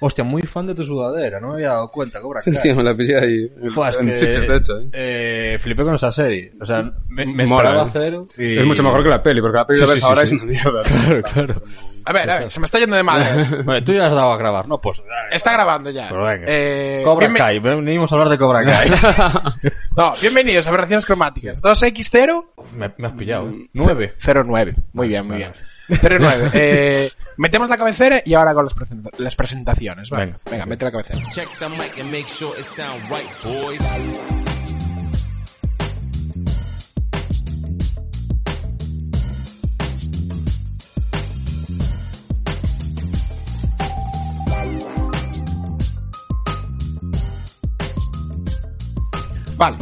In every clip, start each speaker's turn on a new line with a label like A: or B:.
A: Hostia, muy fan de tu sudadera, no me había dado cuenta, Cobra
B: Sí,
A: Kai.
B: tío, me la pillé ahí.
A: Fua, es
B: en
A: que,
B: Switch, de hecho. ¿eh?
A: eh, flipé con esa serie. O sea, me, me
B: Mola,
A: esperaba
B: ¿eh?
A: cero. y-
B: Es mucho mejor que la peli, porque la peli
A: Sí,
B: la ves
A: sí, sí,
B: ahora
A: sí.
B: y es una mierda.
A: Claro, claro.
C: A ver, a ver, se me está yendo de madre.
A: Vale, tú ya has dado a grabar, ¿no? Pues dale.
C: Está grabando ya.
A: Pero venga.
C: Eh,
A: Cobra
C: bienve-
A: Kai, venimos a hablar de Cobra Kai.
C: No, bienvenidos a Aberraciones Cromáticas. 2X009.
A: me, me has pillado, ¿eh? Nueve.
C: Muy bien, muy bien. 09. Eh, metemos la cabecera y ahora con las, presenta- las presentaciones. Vale.
A: Venga.
C: Venga. mete la cabecera.
D: Check the mic and make sure it sound right, boys.
C: Vale.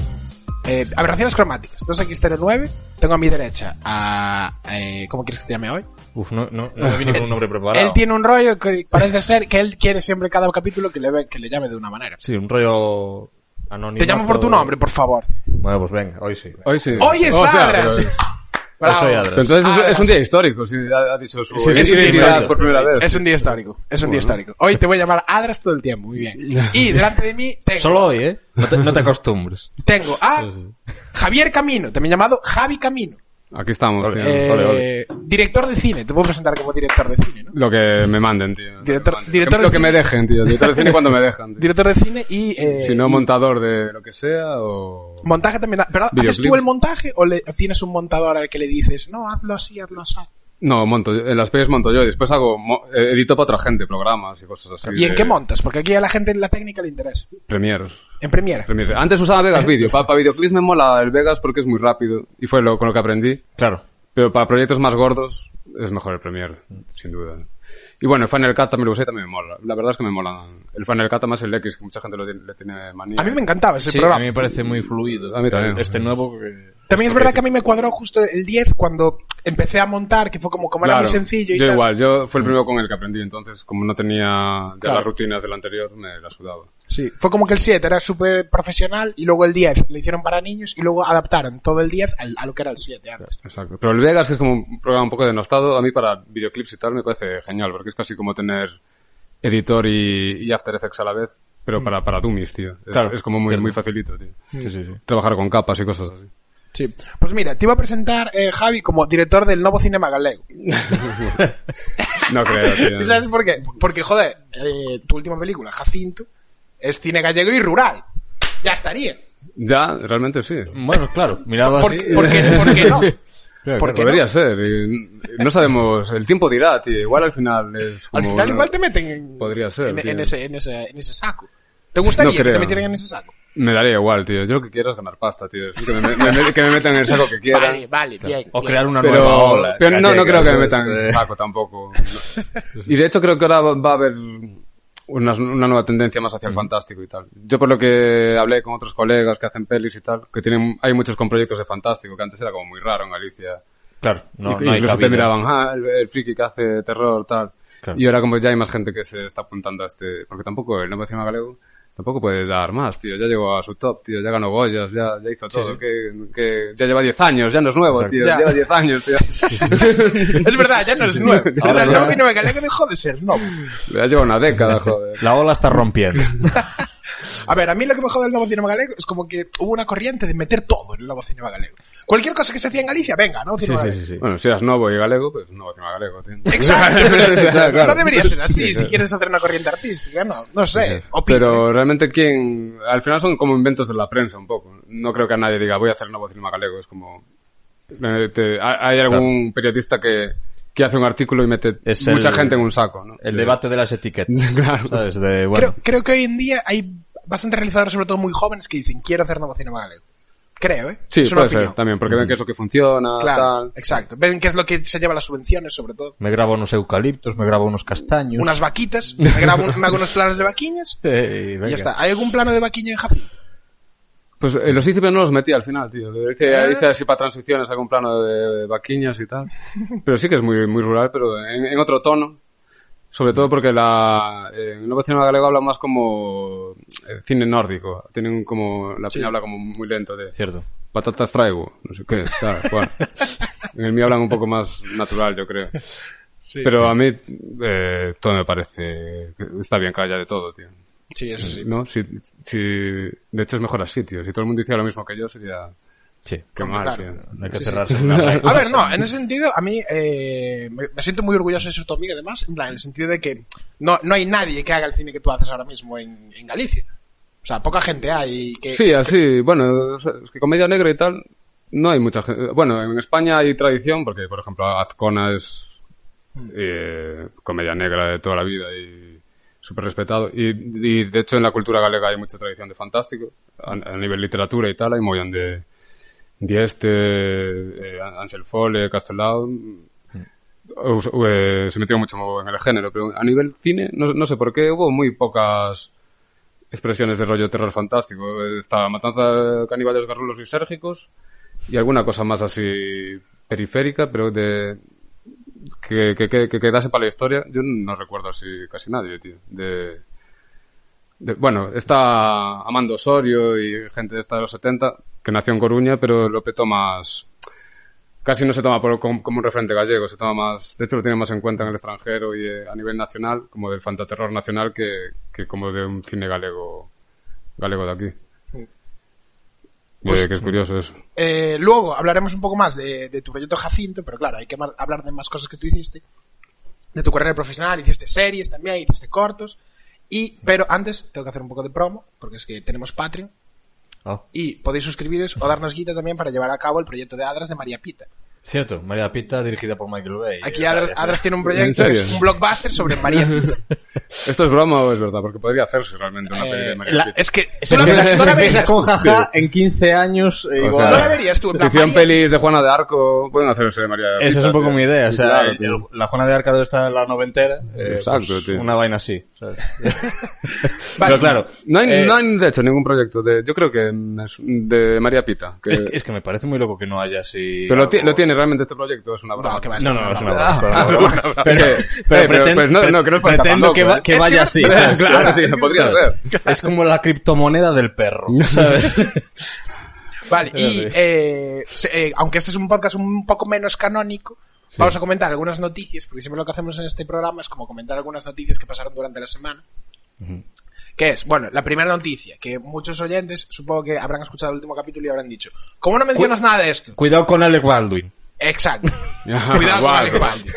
C: Eh, aberraciones cromáticas. 2X09. Tengo a mi derecha a... eh, ¿Cómo quieres que te llame hoy?
A: Uf, no, no, no me vine con un nombre preparado.
C: Él tiene un rollo que parece ser que él quiere siempre cada capítulo que le, ve- que le llame de una manera.
A: Sí, un rollo anónimo.
C: Te llamo por tu nombre, por favor.
A: Bueno, pues venga, hoy sí.
B: Hoy sí.
C: ¡Oye,
B: O sea,
C: Sadras!
A: Hoy soy
C: Bravo.
A: Adras.
B: pero entonces es,
C: Ah,
B: es un día histórico, si ha, ha dicho su
A: Sí, sí, sí,
B: identidad
A: sí, sí.
B: por primera vez.
C: Es un día histórico, es un día histórico. Hoy te voy a llamar Adras todo el tiempo, muy bien. Y delante de mí tengo,
A: Solo hoy, ¿eh? No te, no te acostumbres.
C: tengo a Javier Camino, también llamado Javi Camino.
B: Aquí estamos,
A: Ole.
B: tío.
C: Eh,
B: Ole, ole.
C: Director de cine, te puedo presentar como director de cine, ¿no?
B: Lo que me manden, tío.
C: Director-
B: Lo que me manden.
C: director
B: lo
C: de
B: que me
C: cine.
B: dejen, tío. Director de cine cuando me dejan. tío.
C: Director de cine y... eh,
B: Si no,
C: y
B: montador de lo que sea o...
C: Montaje también. da- ¿Pero haces
B: Videoclip.
C: tú el montaje o, le- o tienes un montador al que le dices, no, hazlo así, hazlo así?
B: No, monto. yo- En las pelis monto yo. y Después hago... mo- eh, edito para otra gente, programas y cosas así.
C: ¿Y en
B: de-
C: qué montas? Porque aquí a la gente la técnica le interesa.
B: Premiere.
C: En Premiere.
B: Premiere. Antes usaba Vegas Video. Para, videoclips me mola el Vegas porque es muy rápido. Y fue lo, con lo que aprendí.
A: Claro.
B: Pero para proyectos más gordos es mejor el Premiere, sin duda. Y bueno, el Final Cut también lo usé y también me mola. La verdad es que me mola. El Final Cut más el X, que mucha gente lo tiene- le tiene manía.
C: A mí me encantaba ese
A: Sí, a
C: programa.
A: mí me parece muy fluido.
B: A mí también.
A: Este nuevo que...
C: También es verdad que a mí me cuadró justo el 10 cuando empecé a montar, que fue como, como era
B: Claro.
C: muy sencillo y
B: Yo
C: tal.
B: igual, yo
A: Mm.
B: fue el primero con el que aprendí, entonces como no tenía ya
C: Claro.
B: las rutinas del anterior, me las sudaba.
C: Sí, fue como que el 7 era súper profesional y luego el 10 lo hicieron para niños y luego adaptaron todo el 10 al- a lo que era el 7 antes.
B: Exacto. Pero el Vegas, que es como un programa un poco denostado, a mí para videoclips y tal me parece genial, porque es casi como tener editor y, y After Effects a la vez, pero para, para dummies, tío. Es,
A: Mm. Claro.
B: es como muy,
A: Cierto.
B: muy facilito, tío.
A: Sí, sí, sí.
B: Trabajar con capas y cosas así.
C: Sí. Pues mira, te iba a presentar eh, Javi como director del nuevo cinema galego.
B: No creo, tío.
C: ¿Sabes por qué? Porque, joder, eh, tu última película, Jacinto, es cine gallego y rural. Ya estaría.
B: Ya, realmente sí.
A: Bueno, claro, mirado
B: Ah,
C: ¿Por,
A: así...
C: qué- por qué- por qué no?
A: Claro,
C: por qué
B: Podría ser. y no sabemos. El tiempo dirá, tío. Igual al final es
C: Al
B: como-
C: final igual te meten en,
B: Podría ser,
C: en, en
B: tío.
C: ese, en, ese, en ese saco. ¿Te
B: No
C: gustaría que te
B: creo.
C: metieran en ese saco?
B: Me daría igual, tío. Yo lo que quiero es ganar pasta, tío. Sí, Que me, me- me- que me metan en el saco que quieran.
C: Vale, vale, bien.
A: O crear una nueva
B: Pero,
A: ola. eh, pues,
B: pero no, no creo que me
A: gallega,
B: metan en
A: ¿sabes?
B: ese saco tampoco. Y de hecho creo que ahora va- va a haber una, una nueva tendencia más hacia
A: Mm.
B: el fantástico y tal. Yo por lo que hablé con otros colegas que hacen pelis y tal, que tienen, hay muchos con proyectos de fantástico, que antes era como muy raro en Galicia.
A: Claro, no,
B: Inc-
A: no hay
B: incluso
A: cabida.
B: te miraban, ah, el, el friki que hace terror, tal.
A: Claro.
B: Y ahora como ya hay más gente que se está apuntando a este... Porque tampoco el nombre encima galego tampoco puede dar más, tío. Ya llegó a su top, tío. Ya ganó Goyas, ya, ya hizo todo. Que, que ya lleva 10 años, ya no es nuevo, tío.
C: Ya.
B: Lleva 10 años, tío.
C: Es verdad, ya no es nuevo. O sea,
A: Ahora
C: el
A: ya.
C: nuevo cinema galego dejó de ser nuevo.
B: Ya lleva una década, joder.
A: La ola está rompiendo.
C: A ver, a mí lo que me jode del nuevo cinema galego es como que hubo una corriente de meter todo en el nuevo cinema galego. Cualquier cosa que se hacía en Galicia, venga, ¿no?
A: Sí, sí, sí, sí.
B: Bueno, si eras novo y galego, pues novo encima galego, tío.
C: Exacto.
B: Claro, claro.
C: No debería ser así si quieres hacer una corriente artística, no, no sé. Eh, opino.
B: Pero realmente quién... Al final son como inventos de la prensa un poco. No creo que a nadie diga, voy a hacer nuevo cinema galego. Es como... eh, te- ha- Hay algún periodista que, que hace un artículo y mete
A: Es el-
B: mucha gente en un saco, ¿no?
A: El debate de las etiquetas.
B: Claro.
A: ¿Sabes? De, bueno,
C: creo, creo que hoy en día hay bastantes realizadores, sobre todo muy jóvenes, que dicen, quiero hacer nuevo cinema galego. Creo, ¿eh?
B: Sí,
C: Es una
B: puede ser
C: opinión.
B: también, porque
A: Mm.
B: ven que es lo que funciona,
C: Claro,
B: tal.
C: exacto. Ven qué es lo que se lleva las subvenciones, sobre todo.
A: me grabo unos eucaliptos, me grabo unos castaños.
C: Unas vaquitas, me, grabo, un- me hago unos planos de vaquiñas
A: Eh, venga.
C: y ya está. ¿Hay algún plano de vaquiña en Jacinto?
B: Pues eh, los hice, pero no los metí al final, tío. Lo Hice, hice así para transiciones, algún plano de vaquiñas y tal. Pero sí que es muy, muy rural, pero en, en otro tono. Sobre todo porque la, eh, el nuevo cinema galego habla más como eh, cine nórdico. Tienen como, la peña habla como muy lento de
A: Cierto.
B: patatas traigo, no sé qué, claro, bueno. En el mío hablan un poco más natural, yo creo. Pero a mí eh, todo me parece... que Está bien que haya de todo, tío.
C: Sí, eso sí.
B: ¿No? Si, si, de hecho es mejor así, tío. Si todo el mundo hiciera lo mismo que yo sería...
A: Sí.
B: Qué
C: Hombre,
B: mal,
C: claro.
B: tío.
A: No hay que cerrarse ¿eh? en una regla.
C: A ver, no, en ese sentido, a mí eh, me, me siento muy orgulloso de ser tu amigo, además, en plan, en el sentido de que no, no hay nadie que haga el cine que tú haces ahora mismo en, en Galicia. O sea, poca gente hay que...
B: Sí, así, bueno, es es que comedia negra y tal, no hay mucha gente. Bueno, en España hay tradición, porque por ejemplo Azcona es eh, comedia negra de toda la vida y súper respetado. Y, y, de hecho en la cultura galega hay mucha tradición de fantástico, a, a nivel literatura y tal, hay mogollón de Dieste, eh, Ansel Fole, Castelao. o- o, eh, se metió mucho en el género, pero a nivel cine, no, no sé por qué, hubo muy pocas expresiones de rollo terror fantástico. Estaba Matanza, Caníbales, Garrulos y Sérgicos y alguna cosa más así periférica, pero de que, que, que, que quedase para la historia. Yo no recuerdo así casi nadie, tío. De, de- bueno, está Amando Osorio y gente de esta de los 70, que nació en Coruña, pero lo petó más... Casi no se toma por- como, como un referente gallego, se toma más... De hecho, lo tiene más en cuenta en el extranjero y eh, a nivel nacional, como del fantaterror nacional, que, que como de un cine galego galego de aquí.
C: Pues-
B: Eh, que es curioso eso.
C: Eh, luego hablaremos un poco más de, de tu proyecto Jacinto, pero claro, hay que mar- hablar de más cosas que tú hiciste, de tu carrera profesional, hiciste series también, hiciste cortos, y pero antes tengo que hacer un poco de promo, porque es que tenemos Patreon,
A: Oh.
C: y podéis suscribiros o darnos guita también para llevar a cabo el proyecto de Adras de María Pita.
A: Cierto, María Pita, dirigida por Michael Bay.
C: Aquí
A: Eh,
C: Adras,
A: ya sé.
C: Adras tiene un
B: ¿En
C: proyecto,
B: serio?
C: es un blockbuster sobre María Pita.
B: ¿Esto es broma o es verdad? Porque podría hacerse realmente una peli
C: Eh,
B: de María
C: la-
B: Pita.
C: es que
A: Se
C: tú la
A: empieza-
C: verías-
A: se
C: no la
A: empieza
C: verías
A: con
C: tú.
A: jaja en 15 años. e
B: O
A: igual-
B: sea,
C: No la verías tú, en
B: Si
C: plan,
B: hicieran
C: María-
B: pelis de Juana de Arco, pueden hacerse de María Pita.
A: Esa es un poco
B: tío.
A: mi idea. O
B: Sí,
A: sea,
B: claro,
A: eh,
B: tío.
A: la Juana de Arcado está en la noventera. eh,
B: Exacto, tío.
A: Una vaina así. ¿sabes?
C: Vale.
A: Pero claro.
B: No hay,
A: eh,
B: no hay, de hecho, ningún proyecto de... Yo creo que mm, es de María Pita. que-
A: Es, que, es que me parece muy loco que no haya así.
B: pero lo, ti-
A: algo-
B: lo tiene realmente este proyecto, es una broma.
C: No, que va,
A: No,
C: esto
A: no, no, es una
C: broma.
A: broma, es una broma. Pero, pero
B: Eh, eh, pero,
A: pretend-
B: pues, no, no, que no es para
A: pretendo
B: tampoco,
A: que, va-
B: eh.
A: que vaya así.
B: Claro,
A: ¿sabes?
B: claro, tío, podría
A: Claro.
B: ser.
A: Es como la criptomoneda del perro, ¿sabes?
C: Vale, y
A: Espérate.
C: eh, se- eh, aunque este es un podcast un poco menos canónico, vamos a comentar algunas noticias, porque siempre lo que hacemos en este programa es como comentar algunas noticias que pasaron durante la semana. Que es, bueno, la primera noticia, que muchos oyentes supongo que habrán escuchado el último capítulo y habrán dicho, ¿cómo no mencionas nada de esto?
A: Cuidado con Alec Baldwin.
C: Exacto.
B: Ah,
C: Cuidado con
B: guau,
C: Alec Baldwin.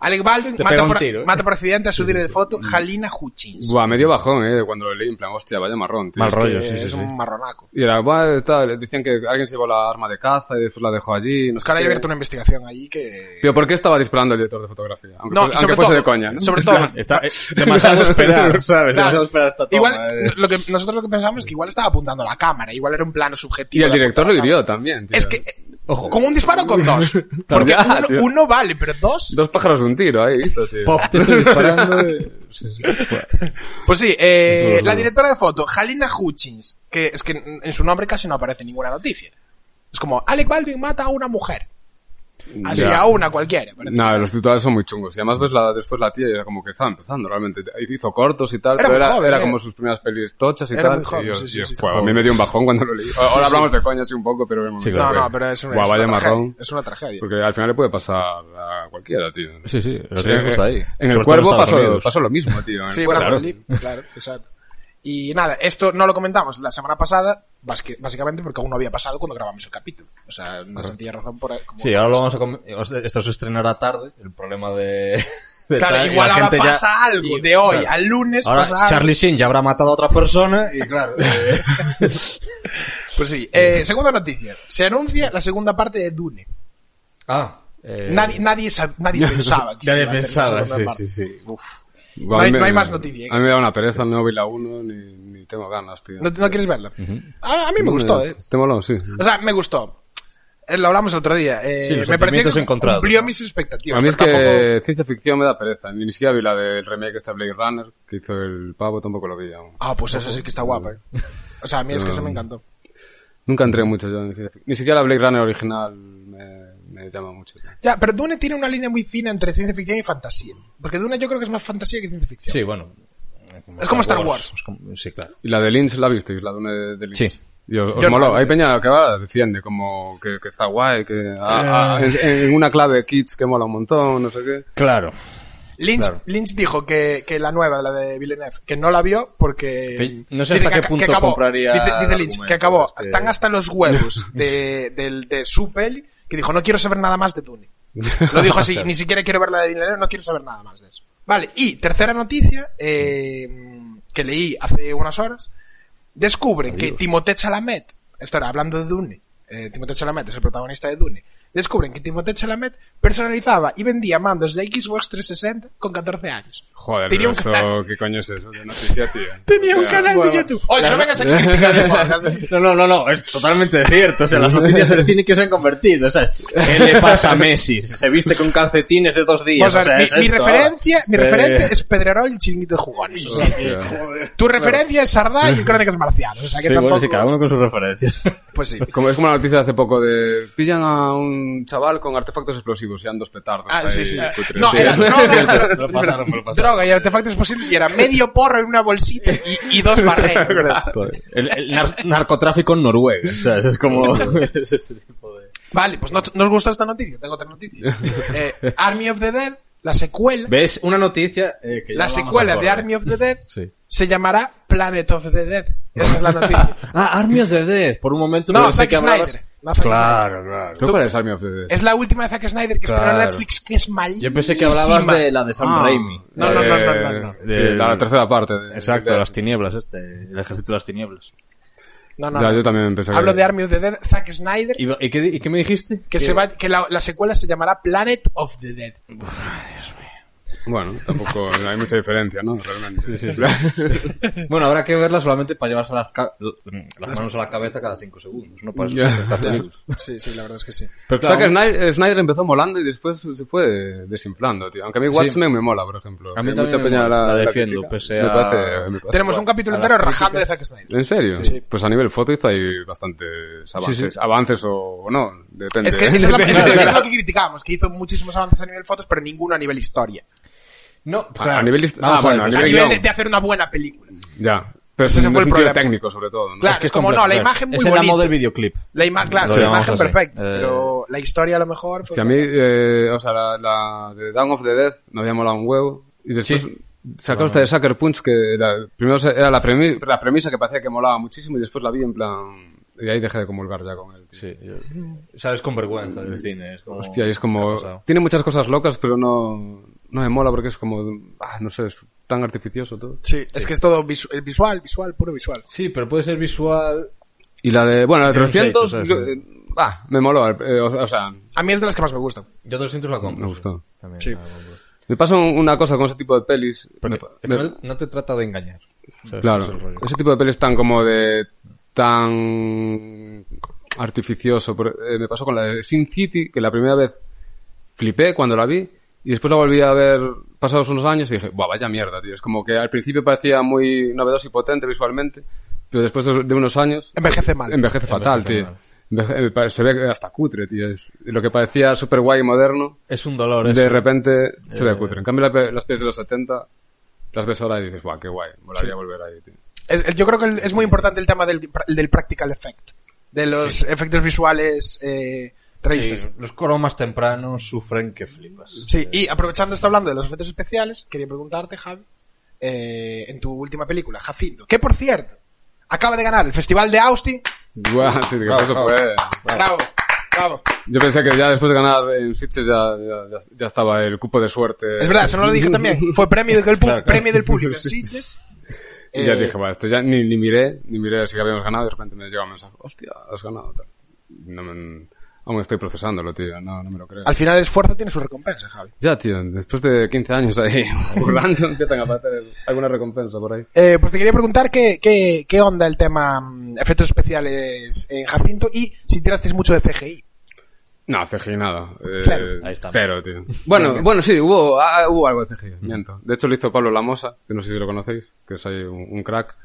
C: Alec Baldwin
A: Te
C: mata
A: pega un
C: por,
A: tiro.
C: mata por accidente a su director de foto Jalina Hutchins.
B: Buah, medio bajón, eh, cuando lo leí, en plan, hostia, vaya marrón, tío.
A: Mal
B: Es que-
A: rollo, sí,
C: Eh,
A: sí,
C: es
A: sí.
C: un marronaco.
B: Y era, "Buah, eh, tal", decían que alguien se llevó la arma de caza y después la dejó allí. No
C: Es
B: sé
C: que ahora hay
B: qué.
C: abierto una investigación allí que...
B: Pero ¿por qué estaba disparando el director de fotografía? Aunque,
C: No,
B: fuese-
C: y
B: aunque
C: sobre
B: fuese
C: todo-
B: de coña. ¿no?
C: sobre todo-
A: Está eh, demasiado esperar, ¿sabes?
C: Claro.
A: Demasiado esperar esta toma.
C: Igual,
A: eh.
C: lo que, nosotros lo que pensamos es que igual estaba apuntando a la cámara, igual era un plano subjetivo.
B: Y el
C: de
B: director lo
C: apuntar a la
B: hirió también. tío.
C: cámara. Es que, eh, con un disparo o con dos. Porque
B: Ya,
C: uno,
B: tío.
C: uno vale, pero dos.
B: Dos pájaros de un tiro ahí, hizo, tío.
A: Pop, te estoy disparando. eh. Sí, sí.
C: Pues sí, eh,
A: Estuvo
C: la
A: duro.
C: directora de foto, Halina Hutchins, que es que en en su nombre casi no aparece ninguna noticia. Es como, Alec Baldwin mata a una mujer. Así
B: Ya.
C: a una cualquiera. parece.
B: Nada, los titulares son muy chungos. Y además ves la, después la tía y era como que estaba empezando realmente. Hizo cortos y tal, pero
C: Era muy
B: era,
C: joven,
B: era
C: eh.
B: como sus primeras pelis tochas y
C: Era
B: tal.
C: muy joven,
B: y yo-
C: sí, sí,
B: y yo,
C: sí.
B: "Buah, a mí me dio un bajón cuando lo leí. Ahora hablamos de coña así un poco, pero...
A: Sí,
C: no,
A: claro.
C: no, pero es una,
B: Guau,
C: es
B: vaya
C: una tragedia.
B: marrón.
C: Es una tragedia.
B: Porque al final le puede pasar a cualquiera, tío.
A: Sí, sí, lo
B: Sí,
A: tienes justo
B: eh,
A: ahí.
B: En
A: Sobre todo
B: el cuervo
A: Estados
B: pasó,
A: Unidos.
B: pasó lo mismo, tío. en el
C: Sí,
B: cuervo.
C: Brandon Lee, claro. exacto. Y nada, esto no lo comentamos la semana pasada, basque- básicamente porque aún no había pasado cuando grabamos el capítulo. O sea, una sencilla razón por... como-
A: Sí, ahora lo vamos a... com- os- Esto se estrenará tarde, el problema de... de
C: Claro,
A: tal, y
C: igual
A: la
C: ahora
A: gente ya-
C: pasa algo de hoy
A: claro.
C: al lunes,
A: Ahora
C: pasa algo.
A: Charlie Sheen ya habrá matado a otra persona y claro... eh,
C: Pues sí, eh, segunda noticia. Se anuncia la segunda parte de Dune.
A: Ah, eh,
C: Nadie, nadie, sab- nadie pensaba que se
A: nadie
C: iba a hacer la
A: pensaba,
C: segunda
A: sí,
C: parte.
A: sí, sí.
B: Igual
C: No hay-
B: me-
C: no hay más noticias.
B: A mí me da una pereza, no vi la 1 ni, ni tengo ganas, tío.
C: ¿No, no quieres verla? a, a mí me gustó, eh.
B: Te moló, sí.
C: O sea, me gustó. Eh, Lo hablamos el otro día. Eh,
A: Sí, los
C: me pareció
A: sentimientos
C: que
A: encontrados,
C: cumplió
A: ¿no?
C: mis expectativas.
B: A mí es que
C: pero tampoco-
B: ciencia ficción me da pereza. Ni siquiera vi la del remake esta Blade Runner que hizo el pavo, tampoco lo vi aún.
C: Ah, pues esa sí que está guapa, eh. O sea, a mí es que se me encantó.
B: Nunca entré mucho yo en ciencia ficción. Ni siquiera la Blade Runner original me, me llama mucho. tío.
C: Ya, pero Dune tiene una línea muy fina entre ciencia ficción y fantasía. Porque Dune yo creo que es más fantasía que ciencia ficción.
A: Sí, bueno.
C: Es como Star Wars.
A: es como- sí, claro.
B: ¿Y la de Lynch la visteis? La de, una de, de Lynch.
A: Sí.
B: Y os, os
C: Yo no-
B: moló. Hay peña que va, defiende, como que, que está guay, que ah, ah,
C: Eh.
B: en, en una clave kids que mola un montón, no sé qué.
E: Claro.
C: Lynch,
E: Claro.
C: Lynch dijo que, que la nueva, la de Villeneuve, que no la vio porque...
E: Que no sé
C: dice
E: hasta qué
C: ac-
E: punto compraría
C: Dice, dice
E: el
C: Lynch
E: argumento, este.
C: que acabó,
E: es que-
C: están hasta los huevos de, del- de su peli, que dijo, no quiero saber nada más de Dune. Lo dijo así, ni siquiera quiero ver la de Villeneuve, no quiero saber nada más de eso. Vale, y tercera noticia, eh, que leí hace unas horas, descubren que Timothée Chalamet, esto era hablando de Dune, eh, Timothée Chalamet es el protagonista de Dune, descubren que Timothée Chalamet personalizaba y vendía mandos de Xbox 360 con 14 años.
B: Joder,
C: Tenía
B: pero
C: un
B: eso,
C: canal.
B: ¿qué coño es eso? De noticia, tío.
C: Tenía un
B: Ya.
C: canal de YouTube. Oye, no vengas a criticar el podcast, eh.
E: No, no, no, no, es totalmente cierto. O sea, las noticias del cine que se han convertido. O sea, ¿qué le pasa a Messi? Se viste con calcetines de dos días.
C: Vamos a
E: o sea,
C: ver,
E: es
C: mi, mi
E: esto,
C: referencia, mi
E: eh.
C: referente es Pedrerol y el Chiringuito de Jugones. o sea,
B: Ya.
C: tu referencia es Sardá y Crónicas Marciales. O sea, que
E: Sí,
C: tampoco...
E: bueno, sí, cada uno con sus referencias.
C: Pues sí.
B: Como, es como la noticia de hace poco de pillan a un chaval con artefactos explosivos y dan dos petardos.
C: Ah,
B: ahí
C: sí, sí.
B: cutres.
C: No,
B: Sí.
C: era droga,
E: Lo pasaron, me lo pasaron.
C: droga y artefactos posibles y era medio porro en una bolsita y, y dos barreras.
E: El, el nar- narcotráfico en Noruega. O sea, es como. es este tipo de.
C: Vale, pues no, no os gusta esta noticia, tengo otra noticia. Eh, Army of the Dead, la secuela,
E: ¿Ves? Una noticia. eh, que ya
C: la
E: vamos
C: secuela
E: mejor,
C: de
E: eh.
C: Army of the Dead
E: Sí.
C: se llamará Planet of the Dead. Esa es la noticia.
E: Ah, Army of the Dead. Por un momento
C: No,
E: no sé
C: Zack
E: qué hablabas.
C: Snyder. No, Zack
E: Claro, claro.
B: ¿Tú cuál es Army of the Dead?
C: Es la última de Zack Snyder que estrenó
E: Claro.
C: en Netflix, que es malísima.
E: Yo pensé que hablabas de la de Sam
B: Ah.
E: Raimi.
C: No, no, no, no, no, no.
B: Eh, sí, la tercera parte. de-
E: Exacto,
B: de-
E: las tinieblas, este. El ejército de las tinieblas.
C: No, no,
B: Ya,
C: no.
B: yo también pensé
C: Hablo
B: que...
C: de Army of the Dead, Zack Snyder,
E: ¿Y, y qué, y qué me dijiste?
C: que, se va, que la, la secuela se llamará Planet of the Dead.
B: Bueno, tampoco no hay mucha diferencia, ¿no? Realmente.
E: Bueno, habrá que verla solamente para llevarse las, ca- las manos a la cabeza cada 5 segundos, no para
B: Ya.
E: estar seguros.
C: Sí, sí, la verdad es que sí.
E: Pero
B: Creo
E: claro,
B: que Snyder, Snyder empezó molando y después se fue desinflando, tío. Aunque a mí Watchmen me mola, por ejemplo.
E: A mí
B: Hay
E: también me mola, la defiendo,
B: critica.
E: pese
B: Me
E: a-
B: parece- me parece
C: Tenemos
B: guay.
C: un capítulo entero rajando de Zack Snyder.
B: ¿En serio?
C: Sí.
B: Pues a nivel foto hay bastantes avances.
E: sí.
B: Avances o, o no, depende.
C: Es que eso es, lo,
B: Depende.
C: eso es lo que criticábamos, que hizo muchísimos avances a nivel fotos, pero ninguno a nivel historia.
E: no,
B: A-
E: claro.
B: a nivel hist-
E: Vamos
B: ah, bueno,
E: ver,
B: a
E: pues,
C: A
B: nivel
C: nivel
B: guión.
C: de, de hacer una buena película.
B: Ya. Pero
C: Ese
B: es un
C: fue el
B: sentido
C: problema.
B: técnico, sobre todo, ¿no?
C: Claro, es,
E: que es
C: como,
E: complejo,
C: no, la
E: claro.
C: imagen muy
E: Es el
C: bonita.
E: amo del videoclip.
C: La ima- claro,
E: Lo
C: la
E: llamamos
C: imagen
E: así.
C: perfecta,
E: Eh,
C: pero la historia a lo mejor... pues,
B: Hostia, a mí, eh, o sea, la, la de Dawn of the Dead me había molado un huevo. Y después
E: Sí.
B: sacó esta de Sucker Punch, que la- primero se- era la, premi- la premisa que parecía que molaba muchísimo y después la vi en plan... Y ahí dejé de comulgar ya con él. tío.
E: Sí, yo- Sabes con vergüenza del cine. Es como,
B: Hostia, y es
E: ¿qué ha
B: como...
E: pasado?
B: Tiene muchas cosas locas, pero no, no me mola porque es como... ah, no sé, es tan artificioso todo.
C: Sí, es que es todo visu- el visual, visual, puro visual.
E: Sí, pero puede ser visual.
B: Y la de... Bueno, la de
E: Tiene un
B: 300...
E: seis, o sea,
B: yo- eh, ah, me moló. eh, o, o sea,
C: A mí es de las que más me gustan.
E: Yo 300 la compro.
B: me gustó.
E: También
C: Sí.
E: la compro.
B: Me pasa un- una cosa con ese tipo de pelis.
E: Porque
B: me pa- me-
E: no- no te trata de engañar. ¿sabes? Es el
B: Claro,
E: rollo.
B: ese tipo de pelis tan como de... tan artificioso. por- eh, me pasó con la de Sin City, que la primera vez flipé cuando la vi y después la volví a ver pasados unos años y dije, Buah, vaya mierda, tío. Es como que al principio parecía muy novedoso y potente visualmente, pero después de de unos años
C: Envejece mal.
B: envejece fatal,
E: Envejece
B: tío. Enveje- eh, pa- Se ve hasta cutre, tío. Es- Lo que parecía súper guay y moderno,
E: Es un dolor.
B: de
E: eso.
B: repente se ve cutre. En cambio, la pe- las pelis de los 70 las ves ahora y dices, guau, qué guay, molaría volver ahí, tío.
C: Es- yo creo que el- es muy importante el tema del, el del practical effect, de los efectos visuales eh, realistas.
E: Sí, los cromas tempranos sufren que flipas.
C: Sí, y aprovechando esto hablando de los efectos especiales, quería preguntarte, Javi, eh, en tu última película, Jacinto, que por cierto, acaba de ganar el Festival de Austin.
B: Guau, sí, que
E: Bravo,
B: eso
E: bravo.
B: fue-
C: Bravo, bravo.
B: Yo pensé que ya después de ganar en Sitges ya, ya, ya- ya estaba el cupo de suerte.
C: Es verdad, eso no lo dije también. Fue premio del, pu-
E: Claro, claro.
C: premio del público en Sitges.
B: Y ya
C: Eh,
B: dije, va, este ya ni, ni miré, ni miré si habíamos ganado y de repente me llega un mensaje, hostia, has ganado. tal. No me- aún estoy procesándolo, tío, no, no me lo creo.
C: Al final el esfuerzo tiene su recompensa, Javi.
B: Ya, tío, después de 15 años ahí burlando, empiezan a aparecer alguna recompensa por ahí.
C: Eh, pues te quería preguntar qué, qué, qué onda el tema mm, efectos especiales en Jacinto y si tirasteis mucho de CGI.
B: No, CGI nada. Eh,
C: Cero.
E: Ahí está.
B: Cero, tío. Bueno, bueno, sí, hubo, ah, hubo algo de CGI, miento. De hecho lo hizo Pablo Lamosa, que no sé si lo conocéis, que es ahí un, un crack.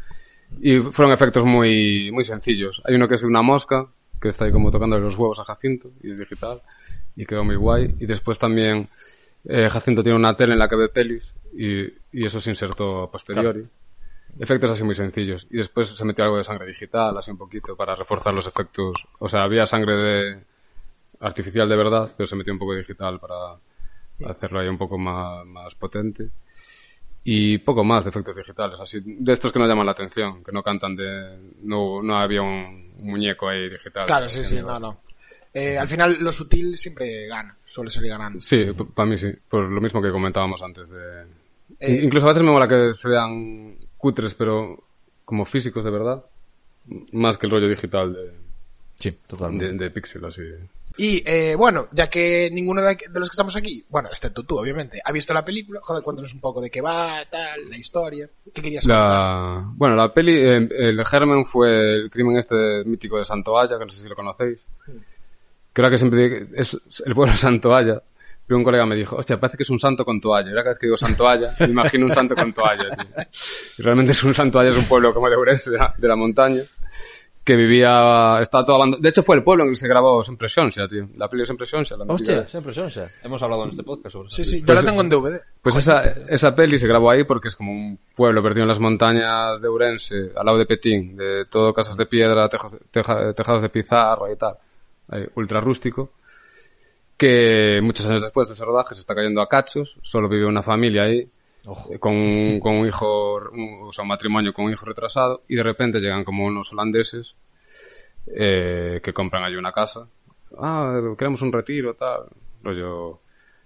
B: Y fueron efectos muy, muy sencillos. Hay uno que es de una mosca, que está ahí como tocando los huevos a Jacinto, y es digital, y quedó muy guay. Y después también, eh, Jacinto tiene una tele en la que ve pelis, y, y eso se insertó a posteriori. efectos así muy sencillos. Y después se metió algo de sangre digital, así un poquito, para reforzar los efectos. O sea, había sangre de artificial de verdad, pero se metió un poco de digital para hacerlo ahí un poco más, más potente. Y poco más de efectos digitales, así, de estos que no llaman la atención, que no cantan de, no, no había un muñeco ahí digital.
C: Claro, sí, sí, no, no. Eh, al final, lo sutil siempre gana, suele salir ganando.
B: Sí, para mí sí, por lo mismo que comentábamos antes de... In- Incluso a veces me mola que se vean cutres, pero como físicos de verdad, más que el rollo digital de,
E: Sí,
B: de,
E: totalmente.
B: de pixel, así.
C: Y eh, bueno, ya que ninguno de, aquí- de los que estamos aquí, bueno, excepto tú, obviamente, ha visto la película, joder, cuéntanos un poco de qué va, tal, la historia, qué querías contar.
B: La, bueno, la peli, eh, el germen fue el crimen este mítico de Santoalla, que no sé si lo conocéis. Que era que siempre es el pueblo de Santoalla. Pero un colega me dijo, hostia, parece que es un santo con toalla. Y ahora cada vez que digo Santoalla, me imagino un santo con toalla. tío. Y realmente es un Santoalla, es un pueblo como de Ourense, de la, de la montaña. Que vivía, estaba todo abandonado. De hecho fue el pueblo en el que se grabó Siempre Shonsia, tío. La peli de Siempre Shonsia, la mítica
E: Hostia, siempre son, o sea, Hemos hablado en este podcast sobre
C: Sí,
E: eso.
C: sí, yo
B: Pues-
C: la tengo en DVD.
B: Pues esa, esa peli se grabó ahí porque es como un pueblo perdido en las montañas de Urense, al lado de Petín, de todo casas de piedra, tejo- teja- tejados de pizarra y tal, ahí, ultra rústico, que muchos años después de ese rodaje se está cayendo a cachos, solo vive una familia ahí,
E: Ojo.
B: eh, con, un- con un hijo, un- o sea, un matrimonio con un hijo retrasado, y de repente llegan como unos holandeses eh, que compran allí una casa. Ah, queremos un retiro, tal. Rollo,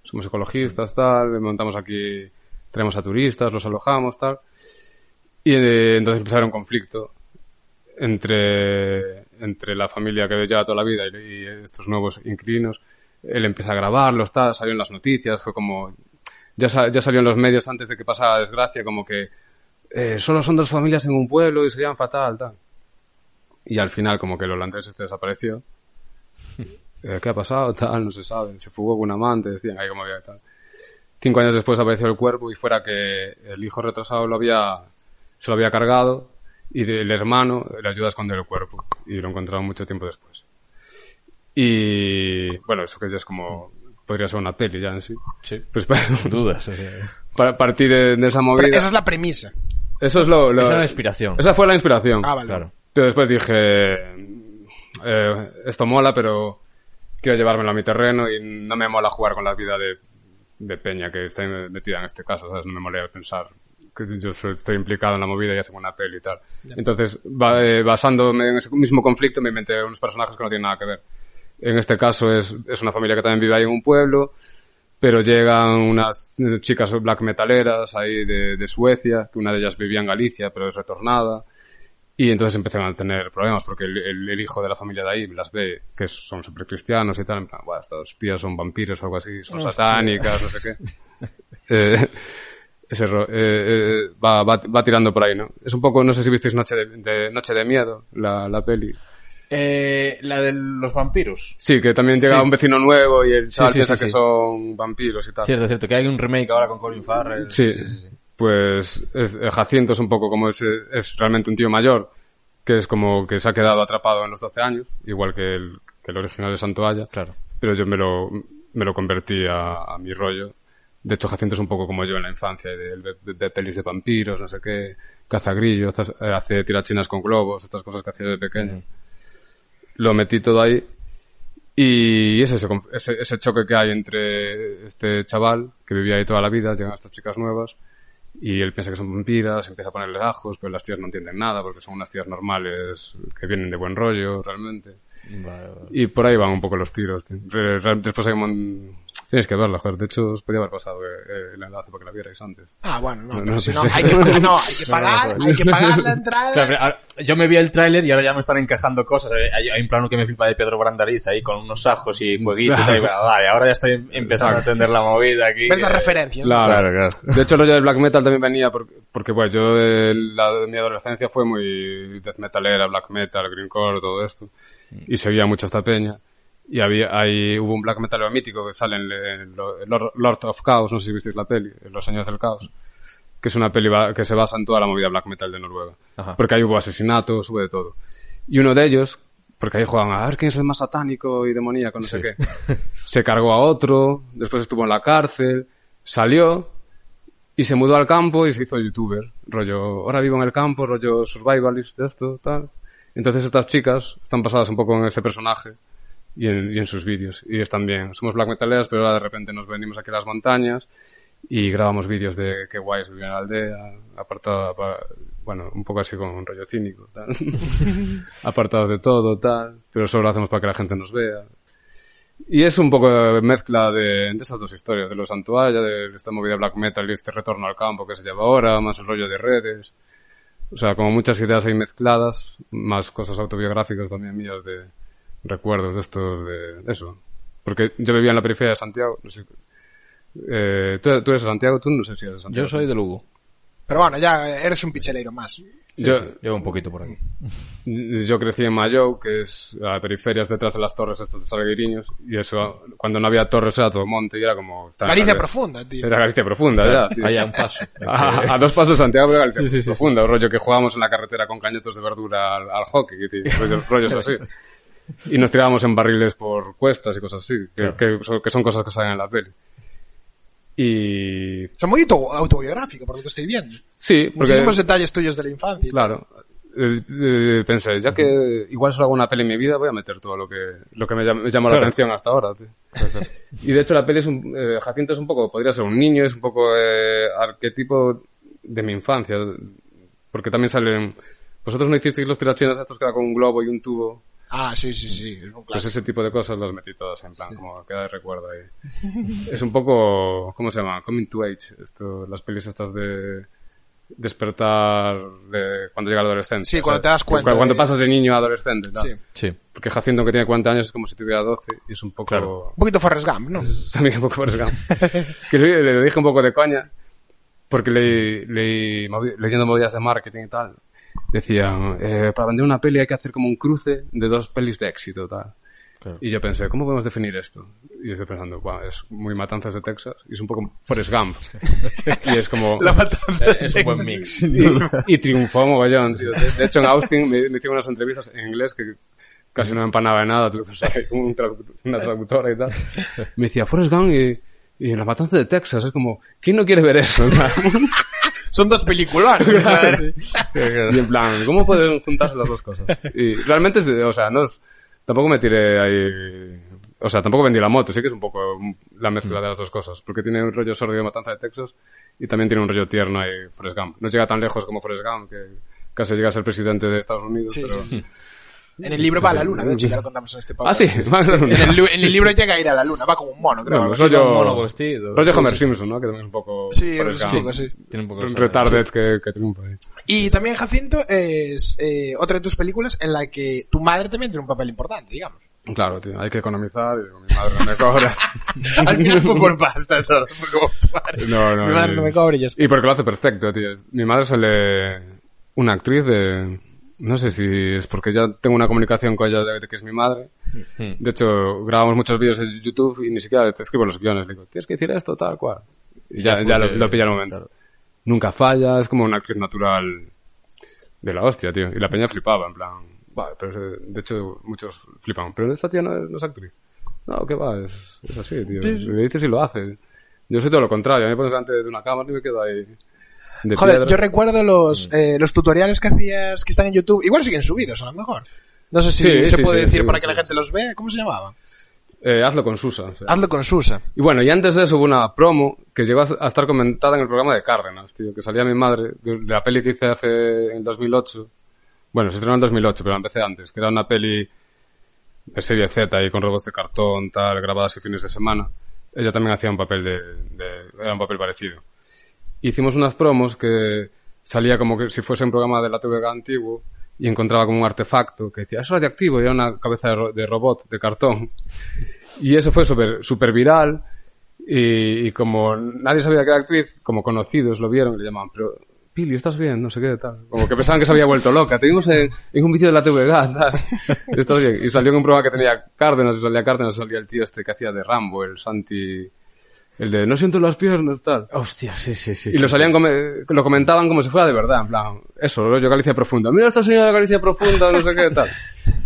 B: somos ecologistas, tal, montamos aquí, traemos a turistas, los alojamos, tal. Y eh, entonces empezaron un conflicto entre, entre la familia que lleva toda la vida y, y estos nuevos inquilinos. Él empieza a grabarlos, tal, salió en las noticias, fue como... Ya, sa- ya salió en los medios antes de que pasara la desgracia, como que eh, solo son dos familias en un pueblo y se llevan fatal, tal. Y al final, como que el holandés este desapareció. Eh, ¿Qué ha pasado? Tal, no se sabe. Se fugó con un amante, decían, ahí como había tal. Cinco años después apareció el cuerpo y fuera que el hijo retrasado lo había, se lo había cargado y del hermano le ayuda a esconder el cuerpo y lo encontraron mucho tiempo después. Y bueno, eso que ya es como, podría ser una peli ya en sí.
E: Sí.
B: Pues para,
E: Sin dudas. o sea,
B: para partir de, de esa
C: Pero
B: movida.
C: esa es la premisa.
B: Eso es lo, lo-
E: Esa es la inspiración.
B: Esa fue la inspiración.
C: Ah, vale.
E: Claro.
B: Pero después dije, eh, esto mola, pero quiero llevármelo a mi terreno y no me mola jugar con la vida de, de Peña que está metida en este caso, ¿sabes? No me mola pensar que yo soy- estoy implicado en la movida y hacen una peli y tal. Entonces, ba- eh, basándome en ese mismo conflicto, me inventé unos personajes que no tienen nada que ver. En este caso es, es una familia que también vive ahí en un pueblo, pero llegan unas eh, chicas black metaleras ahí de, de Suecia, que una de ellas vivía en Galicia, pero es retornada. Y entonces empezaron a tener problemas porque el, el- el hijo de la familia de ahí las ve que son súper cristianos y tal. En plan, "Buah, estas tías son vampiros o algo así, son satánicas, no sé qué. Eh, ese ro- eh, eh, va, va- va tirando por ahí, ¿no? Es un poco, no sé si visteis Noche de, de- Noche de Miedo, la, la peli.
A: Eh, la de los vampiros.
B: Sí, que también llega
E: Sí.
B: un vecino nuevo y el chaval
E: sí,
B: piensa
E: sí,
B: que
E: sí.
B: son vampiros y tal.
E: Cierto, cierto. Que hay un remake ahora con Colin Farrell.
B: Sí, pues es- el Jacinto es un poco como es, es realmente un tío mayor, que es como que se ha quedado atrapado en los 12 años, igual que el, que el original de Santoalla.
E: Claro.
B: Pero yo me lo, me lo convertí a, a mi rollo. De hecho, Jacinto es un poco como yo en la infancia, de, de- de pelis de vampiros, no sé qué, cazagrillo, hace, hace tirachinas con globos, estas cosas que hacía de pequeño. Lo metí todo ahí y es ese, conf- ese, ese choque que hay entre este chaval, que vivía ahí toda la vida, llegan estas chicas nuevas, y él piensa que son vampiras, empieza a ponerle ajos, pero las tías no entienden nada, porque son unas tías normales, que vienen de buen rollo, realmente.
E: Vale, vale.
B: Y por ahí van un poco los tiros. tío. Re- re- Después hay un... mon- Tienes que verla, joder. De hecho, os podía haber pasado eh, eh, el enlace para que la vierais antes.
C: Ah, bueno, no,
B: No,
C: pero
B: no,
C: si no,
B: pero-
C: hay que, no, hay que pagar, hay que pagar la entrada.
A: O sea, pero ahora- yo me vi el tráiler y ahora ya me están encajando cosas. Eh, Hay, hay un plano que me flipa de Pedro Brandariz ahí con unos ajos y fueguitos.
B: Claro.
A: y bueno, vale, ahora ya estoy empezando a entender la movida aquí.
C: ¿Ves las
A: Eh,
C: referencias?
B: Claro,
A: Claro,
B: De hecho, el rollo del black metal también venía por- porque, bueno, yo de la, de mi adolescencia fue muy death metalera, black metal, greencore, todo esto. Y seguía mucho esta peña. Y había, ahí hubo un black metalero mítico que sale en, le- en lo- en Lord, Lord of Chaos, no sé si visteis la peli, en Los Años del Caos. Que es una peli ba- que se basa en toda la movida black metal de Noruega.
E: Ajá.
B: Porque ahí hubo asesinatos, hubo de todo. Y uno de ellos, porque ahí jugaban a ver quién es el más satánico y demoníaco, no sé qué se cargó a otro, después estuvo en la cárcel, salió Y se mudó al campo y se hizo youtuber. Rollo, ahora vivo en el campo, rollo survivalist, de esto, tal. Entonces estas chicas están basadas un poco en este personaje y en, y en sus vídeos. Y están bien. Somos black metaleras, pero ahora de repente nos venimos aquí a las montañas y grabamos vídeos de qué guays vivir en la aldea, apartada para, bueno, un poco así con un rollo cínico, tal. apartados de todo, tal. Pero solo lo hacemos para que la gente nos vea. Y es un poco de mezcla de, de esas dos historias, de los Santualla, de esta movida black metal y este retorno al campo que se lleva ahora, más el rollo de redes. O sea, como muchas ideas ahí mezcladas, más cosas autobiográficas también mías de recuerdos de estos, de de eso. Porque yo vivía en la periferia de Santiago, no sé. Eh, ¿tú, tú eres de Santiago, tú no sé si eres de Santiago.
E: Yo soy de Lugo.
C: Pero bueno, ya eres un picheleiro más.
B: Yo,
E: Llevo un poquito por aquí.
B: Yo crecí en Mayou, que es a la periferia es detrás de las torres estas de Salguiriños, y eso, cuando no había torres era todo monte y era como... estar en
C: Galicia
B: Galicia.
C: profunda, tío.
B: Era Galicia profunda, ya. tío.
E: Allá, un paso.
B: A, a dos pasos de Santiago de Galicia profunda, rollo que jugábamos en la carretera con cañotos de verdura al, al hockey, tío, rollos, rollos así. Y nos tirábamos en barriles por cuestas y cosas así, que, que son, que son cosas que salen en la peli. Y...
C: Son muy auto- autobiográfico, por lo que estoy viendo.
B: Sí, porque...
C: Muchísimos detalles tuyos de la infancia.
B: Claro. Eh, eh, pensé, ya que igual solo hago una peli en mi vida, voy a meter todo lo que, lo que me llam- me llamó la atención hasta ahora. tío. y de hecho la peli es un, eh, Jacinto es un poco, podría ser un niño, es un poco eh, arquetipo de mi infancia. Porque también salen... Vosotros no hicisteis los tirachinas estos que era con un globo y un tubo.
C: Ah, sí, sí, sí, es un
B: Pues
C: clásico.
B: ese tipo de cosas las metí todas en plan, como queda de recuerdo ahí. es un poco, ¿cómo se llama? Coming to Age, esto, las pelis estas de despertar de cuando llega la adolescencia.
C: Sí, cuando te das cuenta
B: Cuando, cuando
C: de-
B: pasas de niño a adolescente, tal.
C: Sí.
E: Sí.
C: Eh,
B: Porque Jacinto, que tiene 40 años, es como si tuviera 12 y es un poco...
E: Claro.
C: Un poquito Forrest Gump, ¿no?
B: También un poco Forrest Gump. que le, le dije un poco de coña, porque le, le- movi- leyendo movidas de marketing y tal, decían, eh, para vender una peli hay que hacer como un cruce de dos pelis de éxito, tal.
E: Claro.
B: Y yo pensé, ¿cómo podemos definir esto? Y yo estoy pensando, "Buah, es muy Matanzas de Texas y es un poco Forrest Gump. y es como...
C: La matanza.
E: Es un buen mix.
B: Y, y triunfó mogollón, tío. De, de hecho, en Austin me, me hicieron unas entrevistas en inglés que casi no me empanaba de nada. Tuve que usar un traduc- una traductora y tal. Me decía, Forrest Gump y, y La Matanza de Texas. Es como, ¿quién no quiere ver eso?
C: Son dos películas. ¿no?
B: y en plan, ¿cómo pueden juntarse las dos cosas? Y realmente, es de- o sea, no es- tampoco me tiré ahí... O sea, tampoco vendí la moto, sí que es un poco un- la
C: Mm.
B: mezcla de las dos cosas. Porque tiene un rollo sordo de Matanza de Texas y también tiene un rollo tierno ahí, Forrest Gump. No llega tan lejos como Forrest Gump, que casi llega a ser presidente de Estados Unidos,
C: Sí,
B: pero...
C: sí. En el libro va a la luna, de hecho, ya lo contamos en este
B: Ah,
C: podcast.
B: sí, más o
C: En
B: menos.
C: el, lu- en el libro llega a ir a la luna, va como un mono, creo.
B: Bueno,
C: algo
B: pues
C: así.
B: rollo...
E: Un mono vestido.
B: rollo Homer Simpson, ¿no? Que también es un poco...
C: Sí,
B: Forrest
C: es un
B: Gump.
C: poco así.
E: Tiene un poco de
B: Un
E: esa-
B: retarded que, que triunfa ahí.
C: Y también Jacinto es eh, otra de tus películas en la que tu madre también tiene un papel importante, digamos.
B: Claro, tío, hay que economizar y digo, mi madre no me cobra.
C: Al final fue por pasta todo, fue como tu madre.
B: No, no,
C: Mi madre
B: y-
C: no me cobra y ya está.
B: Y porque lo hace perfecto, tío. Mi madre sale una actriz de... No sé si es porque ya tengo una comunicación con ella de de que es mi madre. De hecho, grabamos muchos vídeos en YouTube y ni siquiera te escribo los guiones. Le digo, tienes que decir esto, tal cual. Y ya, ya lo, lo pilla el momento. Nunca falla, es como una actriz natural de la hostia, tío. Y la peña flipaba, en plan... "Buah, pero eh, de hecho, muchos flipan. Pero esta tía no es, no es actriz. No, que va, es, es así, tío. Le dices y lo hace. Yo soy todo lo contrario. A mí me pones delante de una cámara y me quedo ahí... de
C: Joder,
B: piedra. Mm.
C: yo recuerdo los, eh, los tutoriales que hacías que están en YouTube. Igual siguen subidos, a lo mejor. No sé si
B: Sí,
C: se
B: sí,
C: puede
B: sí,
C: decir
B: sí,
C: para
B: sí,
C: que la
B: sí.
C: gente los vea. ¿Cómo se llamaba?
B: Eh, hazlo con Susa. o sea.
C: Hazlo con Susa.
B: Y bueno, y antes de eso hubo una promo que llegó a a estar comentada en el programa de Cárdenas, tío, que salía mi madre, de de la peli que hice hace en 2008. Bueno, se estrenó en 2008, pero la empecé antes, que era una peli de serie Z y con robots de cartón, tal, grabadas y fines de semana. Ella también hacía un papel de, de- era un papel parecido. Hicimos unas promos que salía como que si fuese un programa de la TV antiguo y encontraba como un artefacto que decía, es radioactivo y era una cabeza de ro- de robot, de cartón. Y eso fue súper super viral. Y, y como nadie sabía que era actriz, como conocidos lo vieron y le llamaban, pero Pili, ¿estás bien? No sé qué, tal. Como que pensaban que se había vuelto loca. Te vimos en, en un vídeo de la TVA, tal. ¿Estás bien? Y salió en un programa que tenía Cárdenas, y salía Cárdenas, y salía el tío este que hacía de Rambo, el Santi, el de no siento las piernas, tal.
E: Hostia, sí, sí, sí.
B: Y lo salían come- lo comentaban como si fuera de verdad, en plan, eso, yo Galicia Profunda. Mira esta señora de Galicia Profunda, no sé qué tal.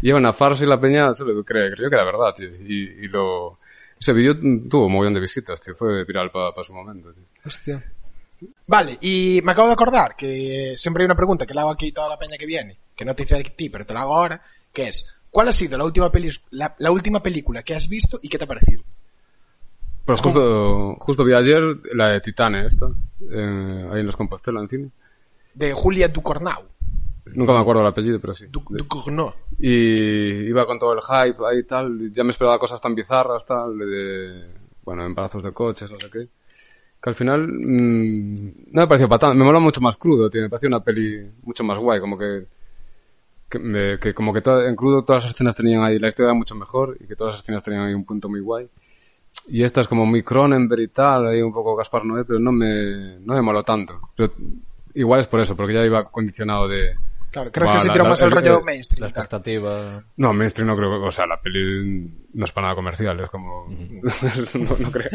B: Y era una farsa y la peña se lo cree, creyó que era verdad, tío. Y, y lo... Ese vídeo tuvo un montón de visitas, tío. Fue viral para su momento, tío.
C: Hostia. Vale, y me acabo de acordar que siempre hay una pregunta que le hago aquí toda la peña que viene, que no te hice a ti, pero te la hago ahora, que es, ¿cuál ha sido la última, peli la, la última película que has visto y qué te ha parecido?
B: Pues justo, justo vi ayer la de Titane esta, eh, ahí en los Compostela en cine.
C: De Julia Ducornau.
B: Nunca me acuerdo el apellido, pero sí.
C: Du- Ducournau.
B: Y iba con todo el hype ahí y tal, y ya me esperaba cosas tan bizarras, tal, de, bueno, embarazos de coches, no sé qué. Que al final, mm, no me pareció patán, me mola mucho más crudo, tío, me pareció una peli mucho más guay, como que, que, me- que como que to- en crudo todas las escenas tenían ahí, la historia era mucho mejor, y que todas las escenas tenían ahí un punto muy guay. Y esta es como muy Cronenberg y tal, ahí un poco Gaspar Noé, pero no me, no me moló tanto. Pero igual es por eso, porque ya iba condicionado de,
C: Claro, creo que
B: Buah,
C: se
B: la-
C: tiró
B: la-
C: más al
B: el-
C: rollo
B: el-
E: La
C: mainstream. y tal.
E: expectativa.
B: No, mainstream no creo, que- o sea, la peli no es para nada comercial, es como... no, no creo,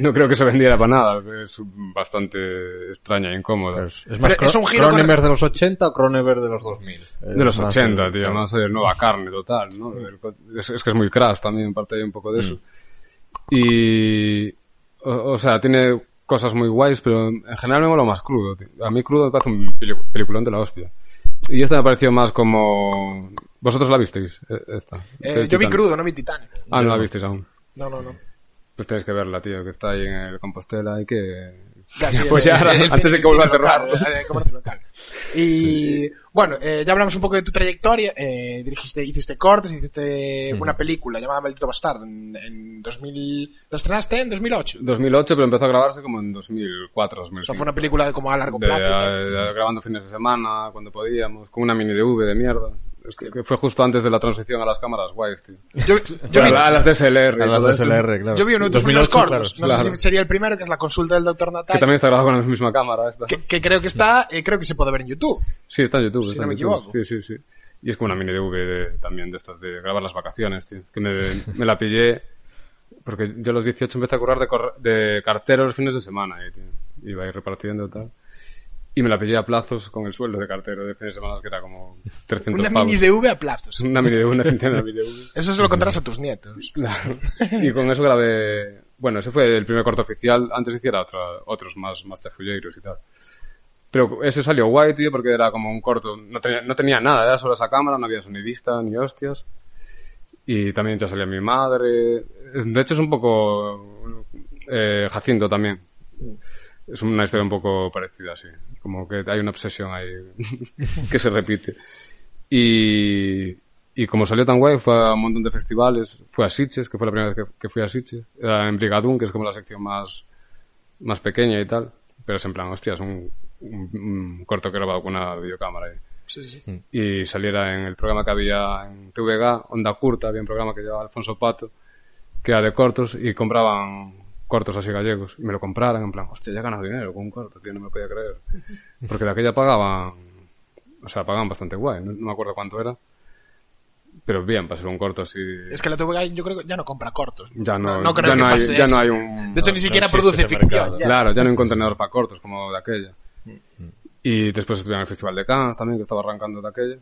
B: no creo que se vendiera para nada, es bastante extraña e incómoda.
E: Es más,
C: Pero es
E: Cro-
C: un giro
E: Cronenberg
C: con-
E: de los 80 o Cronenberg de los 2000.
B: de los 80,
E: tío.
B: tío, más de nueva carne total, ¿no? El co- Es, es que es muy crash también, en parte hay un poco de eso. Y... O, o sea, tiene cosas muy guays, pero en general me mola más crudo, tío. A mí crudo me parece un peli- peliculón de la hostia. Y esta me pareció más como... ¿Vosotros la visteis? eh, Esta.
C: Eh, yo vi crudo, no vi Titanic.
B: Ah, no la visteis aún.
C: No, no, no.
B: Pues tenéis que verla, tío, que está ahí en el Compostela y que...
C: Ya, sí,
B: Pues
C: el-
B: ya,
C: el- el-
B: antes de
C: el-
B: que vuelva
C: el-
B: a cerrar.
C: local, el comercio local. Y bueno, eh, ya hablamos un poco de tu trayectoria. Eh, dirigiste, hiciste cortes, hiciste
B: Mm.
C: una película llamada Maldito Bastardo en, en 2000. ¿La estrenaste en 2008?
B: 2008, pero empezó a grabarse como en 2004,
C: O sea,
B: 2005.
C: fue una película de como a largo
B: De-
C: plazo. y tal.
B: de- grabando fines de semana, cuando podíamos, con una mini DV de mierda. Es que, que fue justo antes de la transición a las cámaras guys, tío.
C: Yo, yo,
B: a,
C: vi,
B: la- a las DSLR.
E: A
B: y
E: las
B: todo eso,
E: DSLR, claro.
C: yo vi uno de tus primeros
E: 2008,
C: cortos.
E: claro.
C: no sé
B: claro.
C: si sería el primero, que es la consulta del doctor
B: Que
C: Natal.
B: también está grabado con la misma cámara esta.
C: Que, que creo que está, eh, creo que se puede ver en YouTube.
B: Sí, está en YouTube.
C: Si
B: está
C: no
B: en
C: me
B: YouTube.
C: equivoco.
B: Sí, sí, sí. Y es como una mini DV de- también de estas de grabar las vacaciones, tío. Que me, me la pillé porque yo a los 18 empecé a currar de, corre- de cartero los fines de semana, eh, tío. Iba a ir repartiendo y tal. Y me la pillé a plazos con el sueldo de cartero de fines de semana que era como 300
C: Una
B: pavos. Mm.
C: mini DV a plazos.
B: Una mini DV, una centena de mini DV.
C: Eso se lo contarás
B: Mm.
C: a tus nietos.
B: Claro. Y con eso grabé. Bueno, ese fue el primer corto oficial. Antes hiciera otra, otros más, más chafulleiros y tal. Pero ese salió guay, tío, porque era como un corto. No tenía, no tenía nada, era solo esa cámara, no había sonidista ni hostias. Y también ya salía mi madre. De hecho, es un poco. Eh, Jacinto también. Es una historia un poco parecida, sí. Como que hay una obsesión ahí que se repite. Y, y como salió tan guay, fue a un montón de festivales. Fue a Sitges, que fue la primera vez que, que fui a Sitges. Era en Brigadún, que es como la sección más, más pequeña y tal. Pero es en plan, hostia, es un, un- un corto que he grabado con una videocámara. ahí. Y saliera en el programa que había en TVG, Onda Curta, había un programa que llevaba Alfonso Pato, que era de cortos, y compraban cortos así gallegos. Y me lo compraran, en plan, hostia, ya ganas dinero con un corto, tío, no me lo podía creer. Porque de aquella pagaban o sea, pagaban bastante guay, no, no me acuerdo cuánto era. Pero bien, para ser un corto así.
C: Es que la TV yo creo que ya no compra cortos.
B: Ya no,
C: creo
B: ya
C: que
B: no hay,
C: pase
B: ya
C: eso.
B: no hay un.
C: De hecho, ni siquiera
E: existe
C: produce
A: este
E: ese mercado.
C: ficción. ya.
B: Claro, ya Mm. no hay un contenedor para cortos como de aquella. Y después estuve en el Festival de Cannes también, que estaba arrancando de aquella.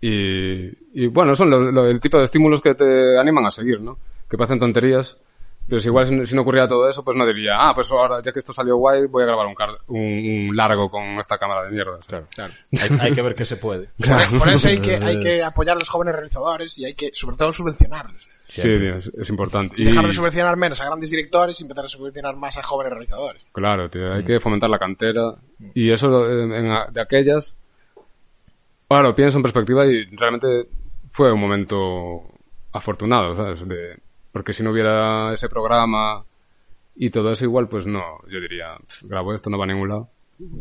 B: Y, y bueno, son lo- lo- el tipo de estímulos que te animan a seguir, ¿no? Que parecen tonterías. Pero si igual si no- si no ocurriera todo eso, pues no diría, ah, pues ahora ya que esto salió guay, voy a grabar un, car- un- un largo con esta cámara de mierda. Claro.
E: Hay, hay que ver qué se puede.
C: Por, por eso hay que, hay que apoyar a los jóvenes realizadores y hay que, sobre todo, subvencionarlos.
B: Sí, tío, es, es importante.
C: Y dejar de subvencionar menos a grandes directores y empezar a subvencionar más a jóvenes realizadores.
B: Claro, tío,
C: Mm.
B: hay que fomentar la cantera. Y eso eh, en a- de aquellas. Ahora lo pienso en perspectiva y realmente fue un momento afortunado, ¿sabes? De- porque si no hubiera ese programa y todo eso, igual, pues no. Yo diría, "Pf, grabo esto, no va a ningún lado.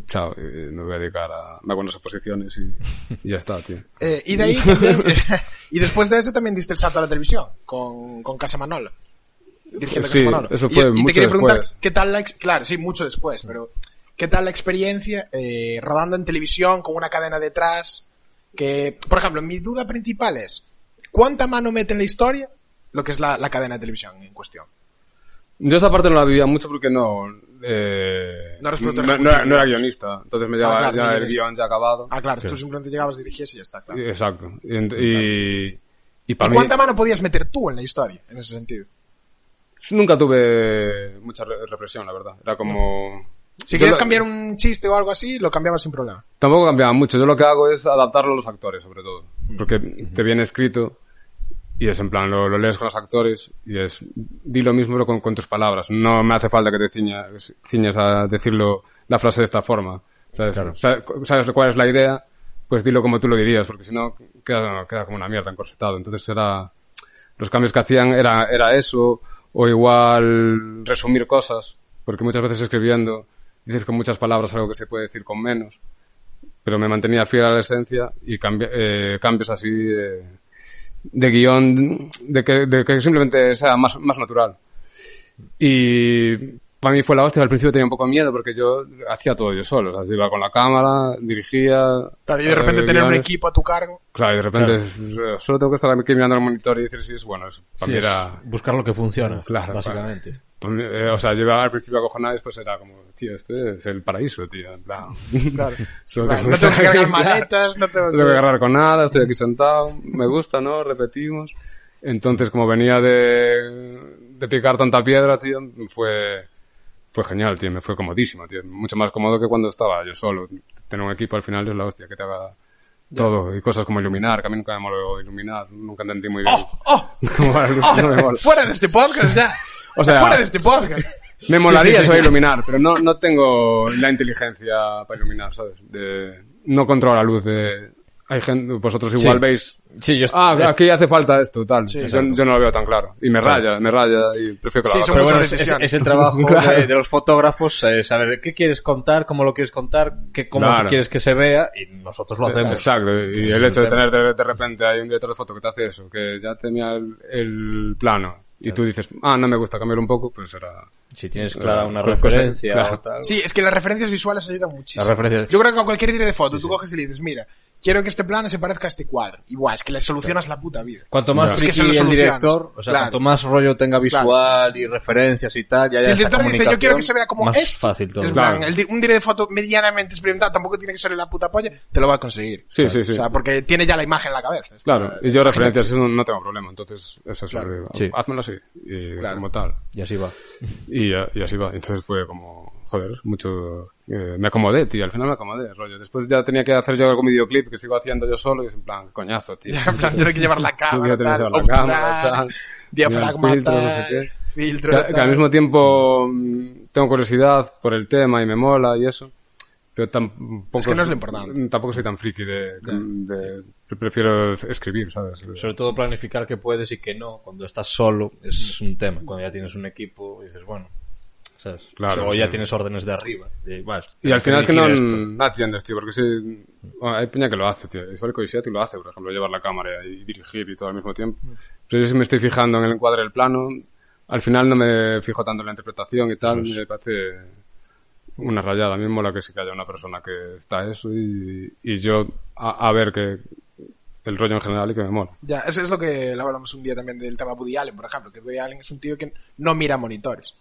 B: Chao, eh, me voy a dedicar a. Me hago unas oposiciones y, y ya está, tío.
C: Eh, y de ahí también- y después de eso también diste el salto a la televisión con, con Casa Manolo. Dirigiendo
B: Sí,
C: Casa Manolo.
B: eso
C: Y-
B: fue
C: y,
B: mucho
C: te quería preguntar,
B: después.
C: ¿qué tal la ex- claro, sí, mucho después, pero ¿qué tal la experiencia eh, rodando en televisión con una cadena detrás? Que, por ejemplo, mi duda principal es ¿cuánta mano mete en la historia lo que es la, la cadena de televisión en cuestión?
B: Yo esa parte no la vivía mucho porque no. eh,
C: No eres productor Ah,
B: no- no era, no era guionista, entonces me llevaba
C: claro,
B: ya
C: no
B: el
C: guionista.
B: guión ya acabado.
C: Ah, claro, tú simplemente llegabas, dirigías y ya está, claro.
B: Exacto. Y, ent- y, y
C: ¿Y
B: para mí
C: cuánta mano podías meter tú en la historia, en ese sentido?
B: nunca tuve mucha re- represión, la verdad. Era como
C: Si quieres
B: lo-
C: cambiar un chiste o algo así, lo cambiamos sin problema.
B: Tampoco cambiaba mucho. Yo lo que hago es adaptarlo a los actores, sobre todo.
C: Mm.
B: Porque te viene escrito y es en plan, lo, lo lees con los actores y es, di lo mismo pero con, con tus palabras. No me hace falta que te ciñas, ciñas a decirlo la frase de esta forma. ¿Sabes? Sa- ¿Sabes cuál es la idea? Pues dilo como tú lo dirías, porque si no queda, queda como una mierda encorsetado. Entonces era, los cambios que hacían era, era eso, o igual resumir cosas, porque muchas veces escribiendo dices con muchas palabras algo que se puede decir con menos pero me mantenía fiel a la esencia y cambi- eh, cambios así eh, de guión de que, de que simplemente sea más, más natural. Y para mí fue la hostia, al principio tenía un poco de miedo porque yo hacía todo yo solo, o sea, iba con la cámara, dirigía...
C: Claro, y de repente
B: eh,
C: tener un
B: guiones.
C: equipo a tu cargo.
B: Claro, y de repente eh, solo tengo que estar aquí mirando al monitor y decir si es bueno. es- para
E: Sí,
B: mí
E: es
B: era...
E: buscar lo que funciona,
B: Claro,
E: básicamente.
B: para mí, eh, o sea, yo iba al principio acojonado y después era como, tío, este es el paraíso, tío. en plan.
C: Claro.
B: Solo
C: Claro,
B: tengo
C: no tengo que cargar
B: estar-
C: maletas, no tengo
B: No tengo que
C: que...
B: agarrar con nada, estoy aquí sentado, me gusta, ¿no? Repetimos. Entonces, como venía de, de picar tanta piedra, tío, fue, fue genial, tío, me fue comodísimo, tío. Mucho más cómodo que cuando estaba yo solo. Tener un equipo al final es la hostia, que te haga todo. Y cosas como iluminar, que a mí nunca me moló iluminar, nunca entendí muy bien.
C: ¡Oh! ¡Oh!
B: cómo era la luz, no me mola.
C: ¡Fuera de este podcast ya!
B: O sea-
C: ¡Fuera de este podcast!
B: Me molaría eso de iluminar, pero no, no tengo la inteligencia para iluminar, ¿sabes? De, no controlo la luz de... Hay gente, vosotros
E: Sí.
B: igual veis
E: Sí, yo
B: Ah, aquí hace falta esto, tal.
C: Sí,
B: yo, yo no lo veo tan claro. Y me raya, me raya y prefiero que
C: Sí,
B: lo
C: son
A: Pero bueno,
B: haga.
C: muchas
A: es, es-
C: decisiones.
A: es el trabajo
B: Claro.
A: de, de los fotógrafos eh, saber qué quieres contar, cómo lo quieres contar, qué, cómo
B: Claro.
A: quieres que se vea y nosotros lo hacemos.
B: Exacto, y el hecho de tener de, de repente hay un director de foto que te hace eso, que ya tenía el, el plano y tú dices, ah, no me gusta cambiarlo un poco, pues era...
E: Si tienes clara una
B: Cosas-
E: referencia
B: claro.
E: o tal.
C: Sí, es que las referencias visuales ayudan muchísimo.
E: Las referencias.
C: Yo creo que con cualquier director de foto, tú coges y le dices, mira, quiero que este plano se parezca a este cuadro. Y guau, es que le solucionas la puta vida.
A: Cuanto más
B: Ya.
C: Es que
A: friki
C: se lo
A: el
C: solucionas.
A: director, o sea,
C: Claro.
A: cuanto más rollo tenga visual y referencias y tal, ya
C: Si
A: haya
C: el
A: esa
C: director dice, yo quiero que se vea como
E: más
C: esto.
E: fácil todo.
C: es plan,
B: Claro.
C: el di- un director de foto medianamente experimentado tampoco tiene que ser la puta polla, te lo va a conseguir.
B: Sí, sí, sí.
C: O sea, porque tiene ya la imagen en la cabeza. Está-
B: claro, y yo
C: la
B: referencias
C: gente-
B: eso no tengo problema, entonces eso es
C: Claro.
B: lo que digo.
E: Sí.
B: Házmelo así, y
C: Claro.
B: como tal.
E: Y así va.
B: Y, ya- y así va. Entonces fue como, joder, mucho... eh, me acomodé, tío, al final me acomodé, rollo. Después ya tenía que hacer yo algún videoclip que sigo haciendo yo solo y es en plan, coñazo, tío.
C: En plan, tiene que llevar la cámara,
B: Yo tenía que
C: tal,
B: llevar la
C: obturar,
B: cámara, tal,
C: diafragma,
B: filtro, no sé
C: tal,
B: qué.
C: filtro,
B: Que, que al
C: tal.
B: mismo tiempo mm, tengo curiosidad por el tema y me mola y eso. Pero tampoco.
C: Es que no es lo importante.
B: Tampoco soy tan friki de. de- pre- prefiero escribir, ¿sabes?
E: Sobre todo planificar qué puedes y qué no cuando estás solo es un tema. Cuando ya tienes un equipo dices, bueno, ¿sabes?
B: Claro,
E: o ya
B: sí.
E: tienes órdenes de arriba. de, "Vas,
B: Y al
E: tienes
B: final es que no,
E: dirigir esto".
B: no atiendes, tío, porque sí, bueno, hay peña que lo hace, tío. Isabel Coixet lo hace, por ejemplo, llevar la cámara y dirigir y todo al mismo tiempo. Pero yo si me estoy fijando en el encuadre del plano, al final no me fijo tanto en la interpretación y tal, me parece una rayada. A mí me mola que sí que haya una persona que está eso y, y yo a, a ver que el rollo en general y que me mola.
C: Ya, eso es lo que hablamos un día también del tema Woody Allen, por ejemplo, que Woody Allen es un tío que no mira monitores.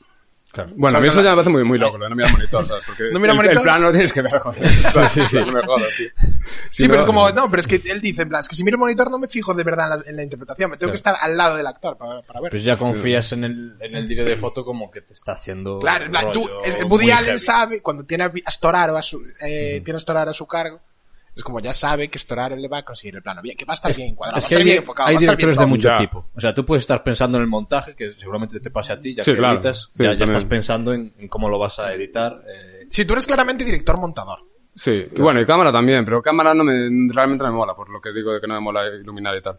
E: Claro.
B: Bueno, a mí
C: Claro,
B: eso
C: claro.
B: ya me parece muy, muy loco, lo de no mirar monitor, ¿sabes? Porque
C: ¿No mira
B: el,
C: monitor?
B: el plano lo tienes que ver, joder. sí, sí, sí. me jodas, tío.
C: Sí, pero es como, no, pero es que él dice, en plan, es que si miro el monitor no me fijo de verdad en la, en la interpretación, me tengo que estar al lado del actor para, para ver.
E: Pues
B: Este-
E: ya confías en el, en el director de foto como que te está haciendo.
C: claro, en plan, tú,
E: rollo
C: es- el Woody
E: muy
C: Allen
E: heavy.
C: sabe, cuando tiene a Storaro a su, eh, tiene a Storaro a su cargo, es como ya sabe que Storaro le va a conseguir el plano bien, que va a estar bien cuadrado,
E: Es
C: va a
E: que
C: estar
E: hay,
C: bien enfocado,
E: hay
C: va a estar bien
E: directores de
C: todo.
E: mucho
B: Ya.
E: tipo. O sea, tú puedes estar pensando en el montaje, que seguramente te pase a ti, ya
B: Sí,
E: que
B: claro.
E: editas.
B: Sí,
E: ya, ya
B: también.
E: estás pensando en, en cómo lo vas a editar. eh,
C: Si tú eres claramente director montador,
B: Sí, y bueno, y cámara también, pero cámara no me, realmente no me mola, por lo que digo de que no me mola iluminar y tal.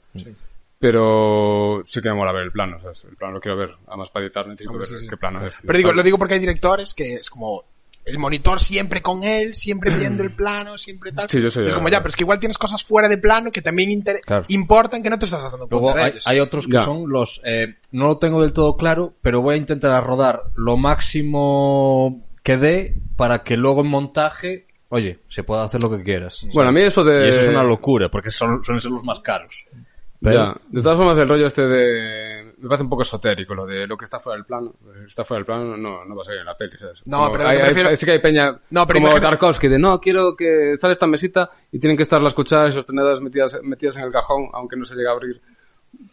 B: Pero sí que me mola ver el plano, ¿sabes? El plano lo quiero ver. Además, para editar necesito
C: Hombre,
B: ver
C: sí, sí.
B: qué plano es. tío.
C: pero digo, lo digo porque hay directores que es como el monitor siempre con él, siempre viendo el plano, siempre tal.
B: Sí, yo soy
C: es
B: yo,
C: como
B: claro.
C: ya, pero es que igual tienes cosas fuera de plano que también inter-
E: Claro.
C: importan que no te estás dando cuenta
E: Luego
C: de
E: hay,
C: ellas.
E: hay otros que
B: Ya.
E: son los... eh, no lo tengo del todo claro, pero voy a intentar rodar lo máximo que dé para que luego en montaje, oye, se pueda hacer lo que quieras.
B: Bueno, a mí eso de...
E: Y eso es una locura, porque son, suelen ser los más caros. Pero
B: Ya. De todas formas, el rollo este de... Me parece un poco esotérico, lo de lo que está fuera del plano. Si está fuera del plano, no, no va a salir en la peli, ¿sabes?
C: No,
B: Como
C: pero lo
B: hay-
C: que
B: hay-
C: prefiero-
B: sí que hay peña
C: No, pero
B: como
C: imagina-
B: Tarkovsky, de no, quiero que sale esta mesita y tienen que estar las cucharas y los tenedores metidas, metidas en el cajón, aunque no se llegue a abrir.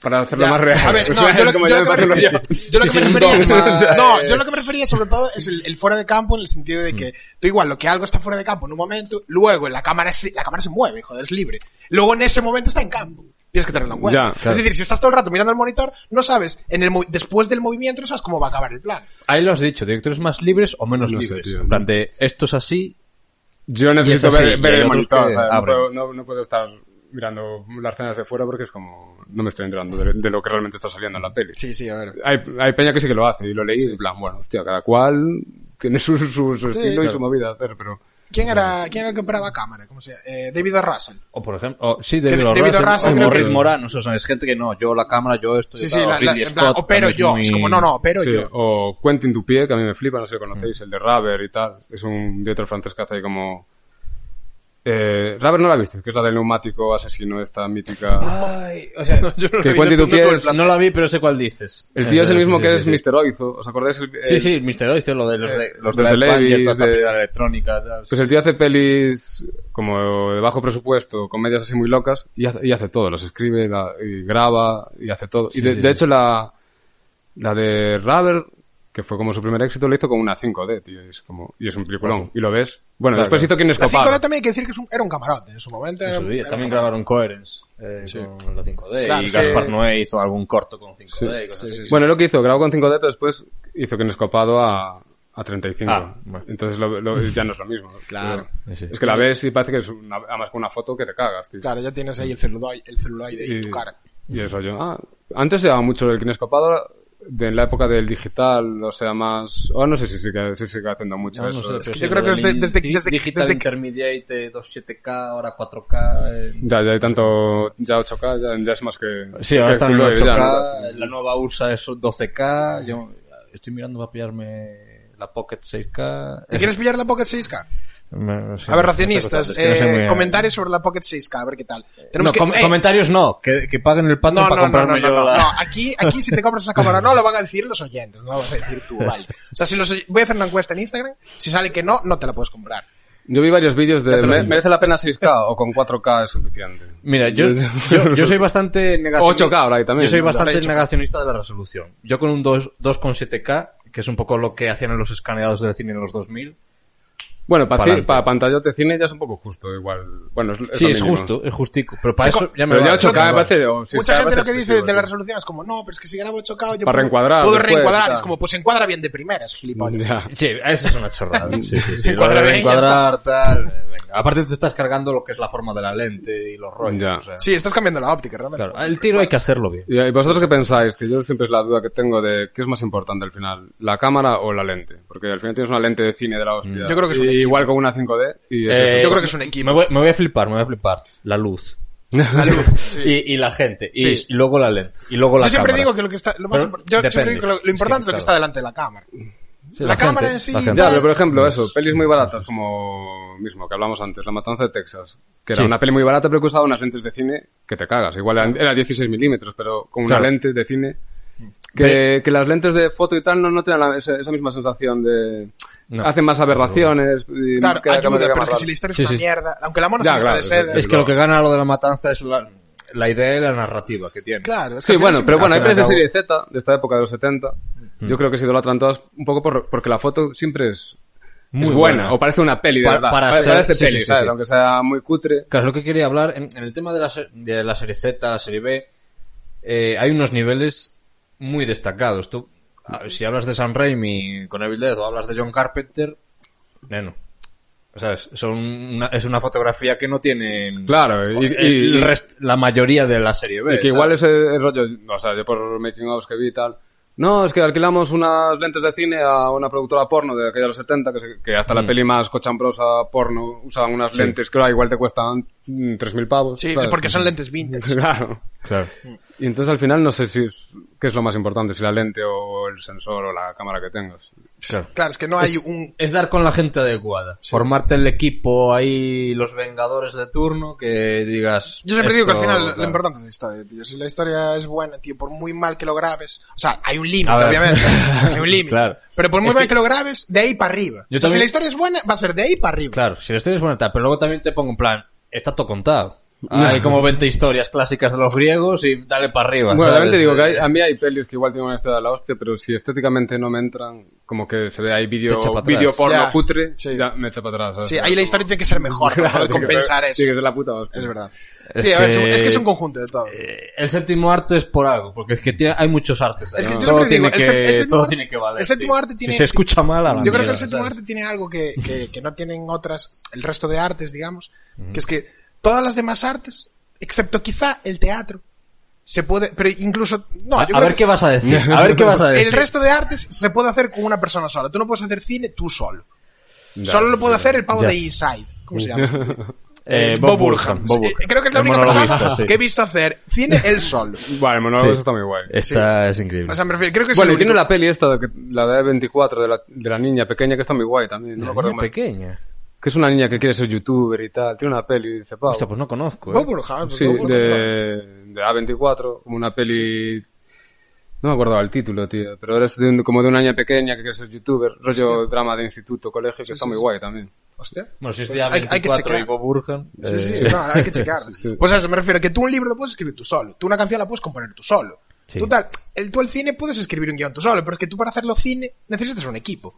B: Para hacerlo
C: Ya.
B: más real.
C: A ver,
B: Pues
C: no,
B: es
C: yo lo,
B: como
C: yo
B: ya
C: lo que
B: me
C: me
B: parece
C: refería,
B: lo
C: yo lo que
B: que-
C: me
B: sin
C: refería-
B: dogmas, ¿sabes?
C: no, yo lo que me refería sobre todo es el, el fuera de campo en el sentido
B: Mm.
C: de que tú igual lo que algo está fuera de campo en un momento, luego en la cámara se, la cámara se mueve, joder, es libre. Luego en ese momento está en campo. Tienes que tenerlo en cuenta.
B: Ya, claro.
C: Es decir, si estás todo el rato mirando al monitor, no sabes, en el, mo- después del movimiento no sabes cómo va a acabar el plan.
E: Ahí lo has dicho, directores más libres o menos
B: No sé,
E: libres.
B: tío.
E: en plan de, esto es así.
B: Yo necesito
E: Y es así,
B: ver, ver
E: y hay
B: el
E: otros
B: monitor,
E: que
B: ¿sabes? No
E: abren.
B: puedo, no, no puedo estar mirando las cenas de fuera porque es como... No me estoy enterando de, de lo que realmente está saliendo en la peli.
C: Sí, sí, a ver.
B: Hay, hay peña que sí que lo hace y lo leí y en plan, bueno, hostia, cada cual tiene su, su, su estilo y
C: claro.
B: su movida a hacer, pero...
C: ¿Quién era, quién era el que operaba cámara? ¿Cómo se llama? Eh, David O. Russell.
E: O por ejemplo, o- sí, David
C: Que-
E: O'Russell,
C: David O'Russell
E: o
C: creo
E: como
C: que-
E: Rick Moran, o sea, son- es gente que no, yo la cámara, yo esto,
C: Sí,
E: yo
C: sí,
E: tal,
C: la, la-
E: Ridley
C: en plan,
E: Scott
C: opero
E: también
C: yo.
E: muy-
C: Es como, no, no, opero
B: Sí,
C: yo.
B: o Quentin Dupié, que a mí me flipa, no sé si lo
E: Mm.
B: conocéis, el de Raver y tal. Es un director francés que hace ahí como... Eh, Raver no la viste, que es la del neumático asesino, esta mítica...
E: Ah. Ay, o sea,
C: Yo no
B: que
C: lo
B: Quentin
C: vi, no- no
B: Dupié
C: tuve el
B: es-
C: plan.
E: no la vi, pero sé cuál dices.
B: El tío es el
E: Sí,
B: mismo
E: Eh, sí,
B: que
E: sí,
B: es
E: sí.
B: Mr. Oizo, ¿os acordáis? El,
E: Sí,
B: el-
E: sí, Mr. Oiz, lo de los
C: Eh,
E: de, los de,
B: los de
E: la Empire,
B: Levis,
E: toda esta
B: de-
E: movida electrónica. tal.
B: Pues el tío hace pelis como de bajo presupuesto, comedias así muy locas, y hace, y hace todo, las escribe, la- y graba, y hace todo. y de, de hecho la, la de Rubber, que fue como su primer éxito, lo hizo con una 5D, tío, y es, como, y es un peliculón, y lo ves. Bueno, después hizo Quien
C: La
B: Escapado.
C: 5D también hay que decir que es un- era un camarote en su momento.
E: En
C: era
E: su
C: un-
E: día.
C: era
E: También
C: un camarote.
E: grabaron Coherence eh, con la 5D
C: Claro,
E: y
C: es que-
E: Gaspar Noé hizo algún corto con 5D. y cosas así.
B: Bueno, lo que hizo, grabó con 5D, pero después hizo que escopado a, a 35.
E: Ah, bueno.
B: Entonces lo- lo- ya no es lo mismo.
C: Claro.
B: Pero
E: Sí, sí.
B: Es que la ves y parece que es una, además con una foto que te cagas, tío.
C: Claro, ya tienes ahí el celuloide, el celuloide en tu cara.
B: y eso yo. Ah, antes se daba mucho el kinescopado de, en la época del digital, o sea, más... Ahora no sé si sigue, si sigue haciendo mucho
E: No, no
B: eso.
E: sé, pero
C: que
E: sí,
C: yo creo que
E: lo del
C: desde- desde-
E: di-
C: desde-
E: Digital
C: desde-
E: Intermediate 27K, ahora 4K. eh.
B: Ya, ya hay tanto... Ya 8K, ya, ya es más que...
E: Sí, ahora
B: que
E: están en
B: fluido, ya, ¿no?
E: 8K, la nueva USA es 12K, yo estoy mirando para pillarme la Pocket Eh, 6K.
C: ¿Te quieres pillar la Pocket 6K?
E: A
C: A ver, racionistas, eh, comentarios sobre la Pocket 6K, a ver qué tal.
E: No,
C: Tenemos que...
E: com-
C: ¡Eh!
E: comentarios no, que, que paguen el pato
C: No,
E: para
C: no, no, no,
E: comprarme
C: no,
E: yo
C: no,
E: la...
C: no. Aquí, aquí si te compras esa cámara no, lo van a decir los oyentes, no lo vas a decir tú, vale. O sea, si los oy- voy a hacer una encuesta en Instagram, si sale que no, no te la puedes comprar.
B: Yo vi varios vídeos de...
C: te lo
B: "¿Me-
C: digo.
B: ¿Merece la pena 6K o con 4K es suficiente?
E: Mira, yo, yo, yo soy bastante negacionista.
B: 8K ahora hay también.
E: Yo soy bastante
C: Ahora hay 8K.
E: negacionista de la resolución. Yo con un 2 2,7K, que es un poco lo que hacían en los escaneados del cine en los 2000.
B: Bueno, para,
E: Pa'lante.
B: pantallote cine ya es un poco justo, igual. Bueno, es,
E: sí,
B: lo
E: es
B: mínimo.
E: justo, es justico. Pero para
C: Sí,
E: eso
C: co-
E: ya me
B: Pero ya
E: vale,
B: 8K
E: ya me
B: me
E: vale.
B: parece... o 6K
C: Mucha
B: me
C: gente lo
B: parece
C: que dice
B: excesivo,
C: de la
B: tío.
C: resolución es como, no, pero es que si grabo 8K,
B: Para
C: yo puedo-
B: reencuadrar
C: puedo
B: después,
C: reencuadrar.
B: ya.
C: Es como, pues encuadra bien de primeras, gilipollas.
B: Ya.
E: Sí, eso es una chorrada. Sí, sí, sí. Lo de
C: Encuadra bien, ya
E: encuadrar, tal. eh, venga. Aparte te estás cargando lo que es la forma de la lente y los rollos.
B: Ya.
E: o sea.
C: Sí, estás cambiando la óptica, realmente.
E: Claro, el tiro hay que hacerlo bien.
B: ¿Y vosotros qué pensáis? Que yo siempre es la duda que tengo de qué es más importante al final, la cámara o la lente. Porque al final tienes una lente de cine de la hostia.
C: Yo creo que es
B: Y
C: un equipo.
B: Igual con una 5D y es
E: Eh,
B: eso.
C: Yo creo que es un equipo.
E: Me voy, me voy a flipar, me voy a flipar. La luz.
C: La luz, sí.
E: Y, y la gente. Y,
C: Sí.
E: y luego la lente. Y luego la
C: yo siempre
E: cámara.
C: digo que lo que está lo más
E: Pero
C: impor- yo
E: depende.
C: siempre digo que lo, lo importante es, lo
E: claro.
C: que está delante de la cámara
E: Sí,
C: la,
E: la
C: cámara
E: gente,
C: en sí
E: la gente. Mm.
B: Ya,
C: tal,
B: pero por ejemplo, eso, pelis muy baratas como mismo que hablamos antes, La Matanza de Texas. Que era
E: Sí.
B: una peli muy barata, pero que usaba unas lentes de cine que te cagas. Igual eran- era 16 milímetros, pero con una
E: Claro.
B: lente de cine. Que, que las lentes de foto y tal no, no tienen la- esa, esa misma sensación de.
E: No.
B: Hacen más aberraciones. y
C: claro,
B: que la cámara llega
C: ayuda pero
B: más
C: es que si
B: rara.
C: la historia
E: Sí,
C: es una
E: sí.
C: mierda aunque la mona
B: Ya,
C: se
B: claro,
C: vista de
B: eso
C: seda
E: Es que lo que gana lo de la matanza es la, la idea y la narrativa que tiene.
C: claro es que
B: Sí,
C: al final
B: bueno,
C: es un-
B: pero bueno, hay
E: al fin y
B: pelis de
E: al
B: serie Z, de esta época de los 70. Yo creo que se idolatran todas un poco por- porque la foto siempre es,
E: Muy
B: es buena,
E: buena.
B: o parece una peli, de
E: Para-
B: verdad.
E: para
B: Pare-
E: ser-
B: parece
E: sí,
B: peli,
E: sí, sí,
B: ¿sabes?
E: sí.
B: Aunque sea muy cutre.
E: Claro, es lo que quería hablar, en, en el tema de la, se- de la serie Z, la serie B, eh, hay unos niveles muy destacados. Tú, a- si hablas de Sam Raimi con Evil Dead o hablas de John Carpenter, neno. ¿Sabes? Son una- es una fotografía que no tiene
B: Claro, y, y-
E: el rest- la mayoría de la serie B.
B: y que
E: ¿sabes?
B: igual ese el rollo, o sea, yo por making ofs que vi y tal. No, es que alquilamos unas lentes de cine a una productora porno de aquella de los 70, que, se- que hasta la peli más cochambrosa porno usaban unas lentes que ahora igual te cuestan mm, 3.000 pavos.
C: sí
B: ¿sabes?
C: porque son lentes vintage
B: Claro.
E: Claro.
B: Y entonces al final no sé si es, qué es lo más importante, si la lente o el sensor o la cámara que tengas.
C: claro es que no hay un
E: Es dar con la gente adecuada. Formarte el equipo ahí, los vengadores de turno, que digas...
C: yo siempre digo que al
E: esto,
C: final lo
E: claro.
C: importante es la historia, tío. Si la historia es buena, tío, por muy mal que lo grabes. O sea, hay un límite,
E: A ver.
C: obviamente. Hay un
E: Sí,
C: límite.
E: claro.
C: Pero por muy
E: Es
C: mal
E: que-
C: que... lo grabes, de ahí para arriba.
E: Yo
C: O sea, si
E: también-
C: la historia es buena, va a ser de ahí para arriba.
E: Claro, si la historia es buena tal, pero luego también te pongo en plan, está todo contado. Hay como 20 historias clásicas de los griegos y dale para arriba.
B: Bueno,
E: ¿sabes?
B: realmente digo que hay-
E: Eh,
B: a mí hay pelis que igual tienen una historia de la hostia, pero si estéticamente no me entran, como que se ve ahí vídeo
E: Te echa pa' atrás.
B: vídeo porno
C: Ya.
B: cutre,
C: Sí.
B: ya me echa para atrás. ¿sabes?
C: Sí, ahí la historia tiene que ser mejor para poder
B: Tiene que
C: compensar
B: ser-
C: eso.
B: Tiene que ser la puta hostia.
C: Es verdad.
E: Es
C: sí, a ver, es un-
E: que-
C: es que es un conjunto de todo.
E: eh, El séptimo arte es por algo, porque es que tiene- hay muchos artes. ahí,
C: Es que
E: ¿no?
C: yo
E: todo
C: siempre digo,
E: tiene
C: el sé-
E: que,
C: el séptimo
E: todo
C: arte-
E: tiene que valer.
C: el séptimo
E: tío.
C: arte tiene-
E: Si se escucha mal, a la
C: Yo creo que
E: mierda,
C: el séptimo
E: ¿sabes?
C: arte tiene algo que, que- que no tienen otras, el resto de artes, digamos, que es que todas las demás artes, excepto quizá el teatro, se puede, pero incluso, no,
E: A,
C: yo
E: a
C: creo
E: ver
C: que
E: qué vas a decir. A ver qué vas a decir.
C: el resto de artes se puede hacer con una persona sola. Tú no puedes hacer cine tú solo. solo lo puede hacer el pavo
E: ya.
C: de Inside. ¿Cómo se llama? este tío?
E: Eh,
C: Bob Burham.
E: Bob
C: Sí,
E: Burham.
C: Creo que es la
E: El
C: única
E: monologuista,
C: persona
E: sí.
C: que he visto hacer cine él solo.
B: Vale, monólogo
E: Sí.
B: eso está muy guay.
E: Esta es increíble.
C: O sea, me refiero, creo que es
B: Bueno,
C: el
B: y tiene
C: único.
B: la peli esta, de que- la de 24, de la, de la niña pequeña, que está muy guay también. No me acuerdo más.
E: pequeña.
B: Que es una niña que quiere ser youtuber y tal. Tiene una peli, dice Pau.
E: Hostia, pues no conozco. eh.
C: Bob Burham. pues,
B: Sí,
C: Bob Burham, claro.
B: de, de A24, como una peli... No me acordaba el título, tío, pero eres de un- como de una niña pequeña que quiere ser youtuber, rollo drama de instituto, colegio, que está muy guay también.
C: Hostia.
E: Bueno, si es
C: Pues
E: día
C: hay- hay que
E: 24 y
C: checar.
E: Bob Burham.
C: Sí,
E: eh,
C: sí, no, hay que checar. Pues a eso me refiero, que tú un libro lo puedes escribir tú solo, tú una canción la puedes componer tú solo.
E: Sí.
C: Tú, tal, el, tú el cine puedes escribir un guión tú solo, pero es que tú para hacerlo cine necesitas un equipo.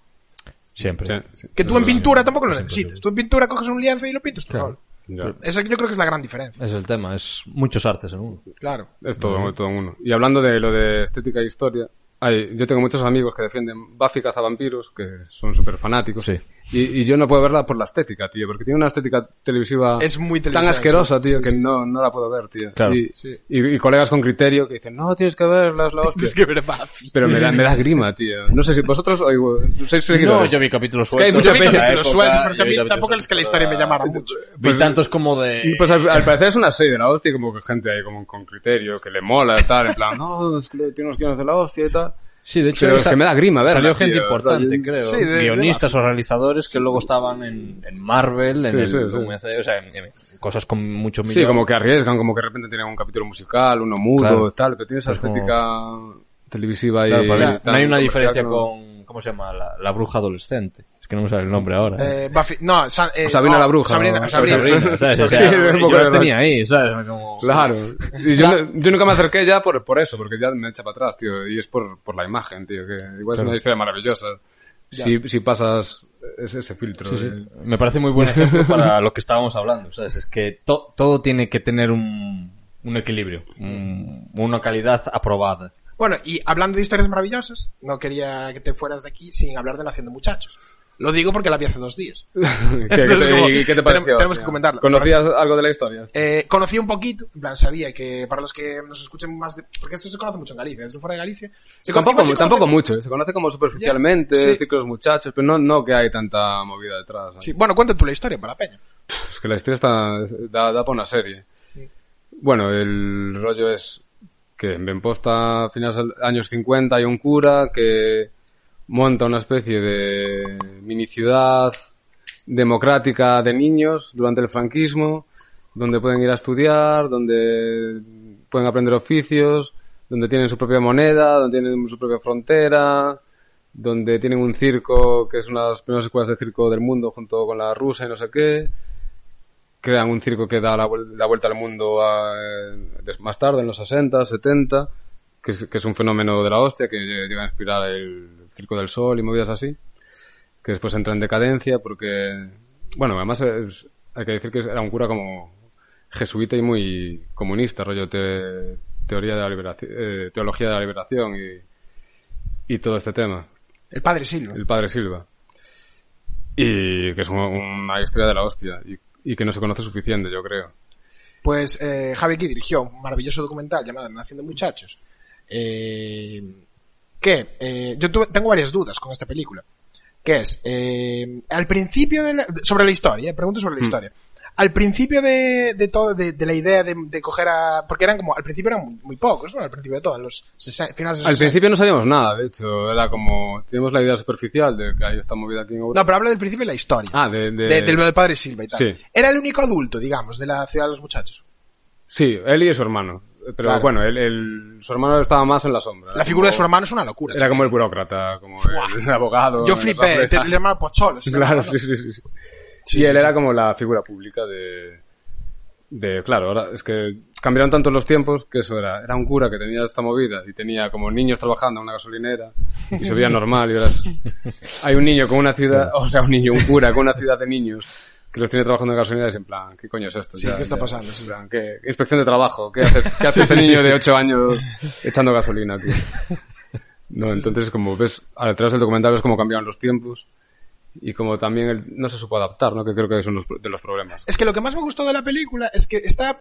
E: Siempre.
B: Sí, sí.
C: Que tú en pintura tampoco lo necesitas. Tú en pintura coges un lienzo y lo pintas tú solo.
B: Ya.
C: Esa yo creo que es la gran diferencia.
E: Es el tema, es muchos artes en uno.
C: Claro.
B: Es todo, todo en uno. Y hablando de lo de estética e historia, hay- yo tengo muchos amigos que defienden Buffy Cazavampiros, que son súper fanáticos.
E: Sí.
B: Y, y yo no puedo verla por la estética, tío, porque tiene una estética televisiva
C: Es muy
B: tan
C: televisiva,
B: asquerosa,
C: sí,
B: tío,
C: sí,
B: que
C: sí.
B: No, no la puedo ver, tío.
E: Claro.
B: Y, y- y colegas con criterio que dicen, no, tienes que verla, es la hostia.
C: Es que ver Buffy.
B: Pero me da, me da grima, tío. No sé si vosotros o igual- sois seguidores.
E: yo vi capítulos
B: que hay
E: sueltos.
B: mucha
C: Yo vi
B: peli-
C: capítulos
E: época,
C: sueltos,
E: yo
C: porque a
E: vi
C: mí
E: capítulos
C: tampoco es que la historia me llamara mucho.
E: pues, Vi tantos como
B: Pues Y,
E: de...
B: Pues al, al parecer es una serie de la hostia, como que gente ahí como con criterio, que le mola, tal, en plan, no, es que le- tiene unos guiones de la hostia y tal.
E: Sí, de hecho...
B: Pero es
E: esa-
B: que me da grima verla,
E: Salió
B: tío,
E: gente
B: o sea,
E: importante,
B: yo-
E: creo.
C: Sí, de- de
E: Guionistas o realizadores que luego estaban en, en Marvel, en
B: Sí,
E: el
B: sí, sí.
E: VC, o sea, en- en cosas con mucho
B: Sí,
E: millón.
B: como que arriesgan, como que de repente tienen un capítulo musical, uno mudo,
E: Claro.
B: tal, pero tiene esa
E: Es como-
B: estética televisiva y...
E: Claro, para mí
B: y tan
E: no hay una
B: comercial
E: diferencia
B: que no-
E: con... ¿Cómo se llama? La, la bruja adolescente. Es que no me sale el nombre ahora.
C: Eh, Buffy, no, Sa- eh,
B: Sabrina
C: no,
B: la bruja,
C: Sabrina,
B: ¿no?
C: Sabrina.
E: Sabrina, Pues ¿sabes? O sea,
B: Sí, un poco
E: yo las
B: de-
E: tenía ahí, ¿sabes? Como-
B: Claro. Y yo, no- yo nunca me acerqué ya por, por eso, porque ya me echa para atrás, tío. Y es por, por la imagen, tío, que igual es una historia maravillosa. Si, si pasas ese, ese filtro. de-
E: Me parece muy buen ejemplo para lo que estábamos hablando, ¿sabes? Es que to- todo tiene que tener un, un equilibrio, un- una calidad aprobada.
C: Bueno, y hablando de historias maravillosas, no quería que te fueras de aquí sin hablar de Nación de Muchachos. Lo digo porque la vi hace dos días.
B: ¿Qué, qué
C: Entonces,
B: te,
C: como,
B: y qué te
C: tenem-
B: pareció?
C: tenemos que comentarlo.
B: ¿Conocías algo de la historia?
C: Eh, conocí un poquito, en plan, sabía que para los que nos escuchen más de- Porque esto se conoce mucho en Galicia, desde fuera de Galicia. Se conoce-
B: tampoco
C: igual se conoce-
B: tampoco mucho, ¿eh? se conoce como superficialmente,
C: Ya, sí.
B: ciclos muchachos, pero no, no que hay tanta movida detrás. ¿no?
C: Sí, bueno, cuenta tú la historia para la peña.
B: Es que la historia está, es- da, da para una serie. Bueno, el rollo es que en Benposta, a finales de los años 50, hay un cura que monta una especie de mini ciudad democrática de niños durante el franquismo, donde pueden ir a estudiar, donde pueden aprender oficios, donde tienen su propia moneda, donde tienen su propia frontera, donde tienen un circo que es una de las primeras escuelas de circo del mundo junto con la rusa y no sé qué crean un circo que da la, vuel- la vuelta al mundo a, eh, des- más tarde, en los 60, 70, que es, que es un fenómeno de la hostia, que lle- llega a inspirar el Circo del Sol y movidas así, que después entra en decadencia porque, bueno, además es- hay que decir que era un cura como jesuita y muy comunista, rollo te- teoría de la liberación, eh, teología de la liberación y, y todo este tema
C: El padre Silva.
B: el padre Silva. Y que es un- una historia de la hostia y, y que no se conoce suficiente, yo creo.
C: Pues eh, Javi aquí dirigió un maravilloso documental llamado Nación de Muchachos. eh, que eh, yo tuve- tengo varias dudas con esta película. Que es, eh, al principio de la, sobre la historia, eh, pregunto
B: Mm.
C: sobre la historia. Al principio de, de todo, de, de la idea de, de coger a, porque eran como, al principio eran muy, muy pocos, ¿no? Al principio de todo, en los sesen- finales de
B: Al
C: 60.
B: principio no sabíamos nada, de hecho, era como, teníamos la idea superficial de que hay esta movida aquí en Europa.
C: No, pero hablo del principio de la historia.
B: Ah, de, de-
C: de- del del padre Silva y tal.
B: Sí.
C: Era el único adulto, digamos, de la ciudad de los muchachos.
B: Sí, él y su hermano. Pero
C: Claro.
B: bueno, él, él- su hermano estaba más en la sombra.
C: La figura de su hermano es una locura.
B: Era como el burócrata, como el, abogado.
C: Yo
B: el
C: flipé,
B: rastrero.
C: el, el hermano Pocholo. se llamaba,
B: Claro, sí,
C: ¿no?
B: sí, sí.
C: Sí,
B: y
C: sí,
B: él
C: sí.
B: era como la figura pública de, de, claro, ahora es que cambiaron tanto los tiempos que eso era, era un cura que tenía esta movida y tenía como niños trabajando en una gasolinera y se veía normal y ahora es- hay un niño con una ciudad, o sea, un niño, un cura con una ciudad de niños que los tiene trabajando en gasolineras y en plan, ¿qué coño es esto?
C: Sí, ¿qué está pasando? Sí.
B: en plan, ¿qué, qué inspección de trabajo? ¿Qué hace, qué hace ese niño de 8 años echando gasolina aquí? No, entonces como ves, detrás del documental es cómo cambiaron los tiempos y como también el- no se supo adaptar, ¿no? Que creo que es uno de los problemas.
C: Es que lo que más me gustó de la película es que está.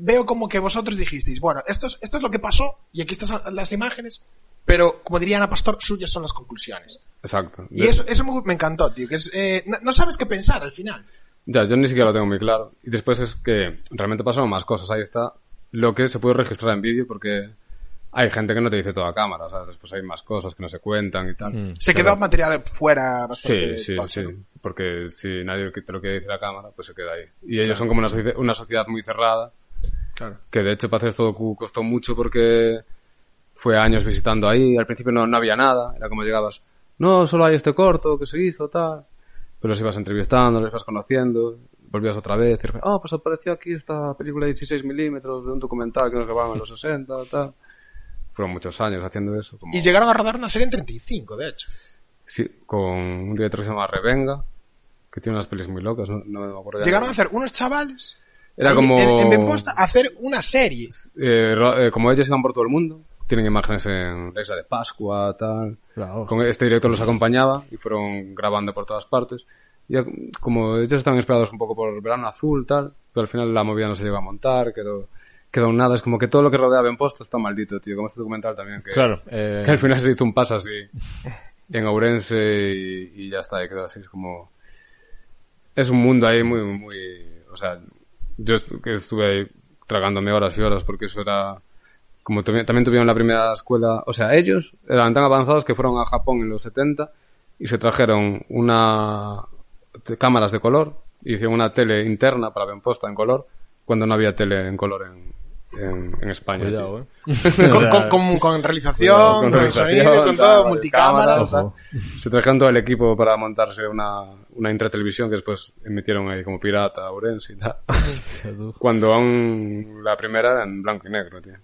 C: Veo como que vosotros dijisteis, bueno, esto es, esto es lo que pasó y aquí están las imágenes, pero como diría Ana Pastor, suyas son las conclusiones.
B: Exacto.
C: Y eso, eso me, gu- me encantó, tío, que es, eh, no, no sabes qué pensar al final.
B: Ya, yo ni siquiera lo tengo muy claro. Y después es que realmente pasaron más cosas. Ahí está lo que se puede registrar en vídeo porque hay gente que no te dice toda a cámara, ¿sabes? Después hay más cosas que no se cuentan y tal.
C: Se quedó material fuera Mm. bastante
B: Sí, sí,
C: tocho,
B: sí.
C: ¿no?
B: Porque si nadie te lo quiere decir a cámara, pues se queda ahí. Y ellos son como una, socie- una sociedad muy cerrada
C: Claro.
B: que de hecho para hacer todo Q costó mucho porque fue años visitando ahí, al principio no, no había nada, era como llegabas, no, solo hay este corto que se hizo, tal, pero los ibas entrevistando, los ibas conociendo, volvías otra vez, y de repente, ah, pues apareció aquí esta película de 16 milímetros de un documental que nos grabaron en los 60, tal. Fueron muchos años haciendo eso. Como...
C: Y llegaron a rodar una serie en 35, de hecho.
B: Sí, con un director que se llama Revenga, que tiene unas pelis muy locas, no, no me acuerdo. ya.
C: Llegaron a hacer unos chavales.
B: Era
C: ahí
B: como-
C: En, en Benposta a hacer una serie.
B: Eh, ro- eh, como ellos llegan por todo el mundo, tienen imágenes en la isla de Pascua, tal. Con este director los acompañaba y fueron grabando por todas partes. Ya, como ellos estaban esperados un poco por verano azul, tal, pero al final la movida no se llegó a montar, quedó, quedó un nada. Es como que todo lo que rodeaba en posta está maldito, tío. Como este documental también, que,
E: Claro, eh,
B: que al final se hizo un paso así en Ourense y, y ya está, y quedó así. Es como. Es un mundo ahí muy, muy. O sea, yo estu- que estuve ahí tragándome horas y horas porque eso era. Como tuvi- también tuvieron la primera escuela. O sea, ellos eran tan avanzados que fueron a Japón en los 70 y se trajeron una. te- cámaras de color y hicieron una tele interna para ver posta en color cuando no había tele en color en, en, en España. tío.
E: cuidado, eh.
C: Con,
E: O sea,
C: con- con- con realización,
B: Cuidado
C: con,
B: realización,
C: sonido, con todo,
B: tal,
C: multicámara.
B: cámaras, tal.
E: Ojo.
B: Se trajeron todo el equipo para montarse una, una intratelevisión que después emitieron ahí como pirata, a Orense y tal. Cuando aún la primera era en blanco y negro, tío.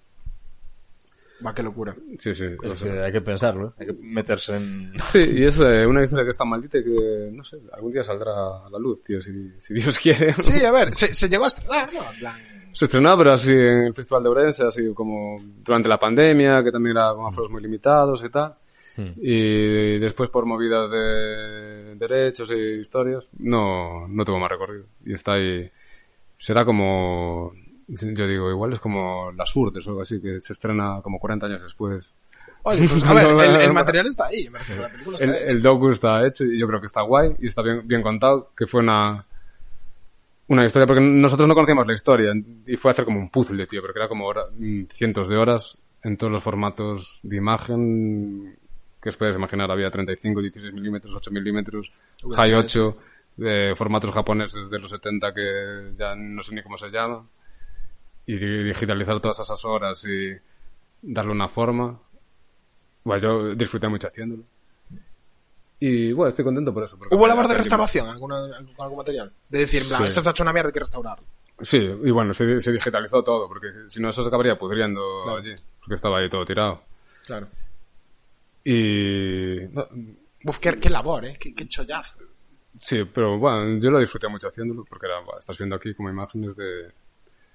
C: Va, qué locura.
B: Sí, sí. o
E: Es
B: sea.
E: que hay que pensarlo, ¿eh? hay que meterse en...
B: Sí, y es eh, una historia que está maldita y que, no sé, algún día saldrá a la luz, tío, si, si Dios quiere.
C: Sí, a ver, se, se llegó a estrenar, ¿no? En plan,
B: Se estrenó, pero así en el Festival de Orense, así como durante la pandemia, que también era con aforos muy limitados y tal. Y después por movidas de derechos y historias, no, no tuvo más recorrido. Y está ahí. Será como. Yo digo, igual es como Las Urdes o algo así, que se estrena como 40 años después.
C: Oye, pues a ver,
B: No, no,
C: el,
B: no,
C: el
B: no.
C: material está ahí, me refiero, la película está
B: El,
C: hecha.
B: el docu está hecho y yo creo que está guay y está bien, bien contado, que fue una. Una historia, porque nosotros no conocíamos la historia y fue hacer como un puzzle, tío, porque era como hora- mm, cientos de horas en todos los formatos de imagen que os puedes imaginar. Había 35, 16 milímetros, 8 milímetros,
C: VHS.
B: High 8, de formatos japoneses de los 70 que ya no sé ni cómo se llama. Y di- digitalizar todas esas horas y darle una forma. Bueno, yo disfruté mucho haciéndolo. Y bueno, estoy contento por eso. porque-
C: ¿Hubo labor de restauración alguna- algún, algún material? De decir, en plan,
B: Sí.
C: esto está hecho una mierda, hay que restaurarlo.
B: Sí, y bueno, se, se digitalizó todo, porque si no eso se acabaría pudriendo
C: Claro.
B: allí, porque estaba ahí todo tirado.
C: Claro.
B: Y... no,
C: Uf, qué, qué labor, ¿eh? Qué, qué chollazo.
B: sí, pero bueno, yo lo disfruté mucho haciéndolo, porque era, buah, estás viendo aquí como imágenes de...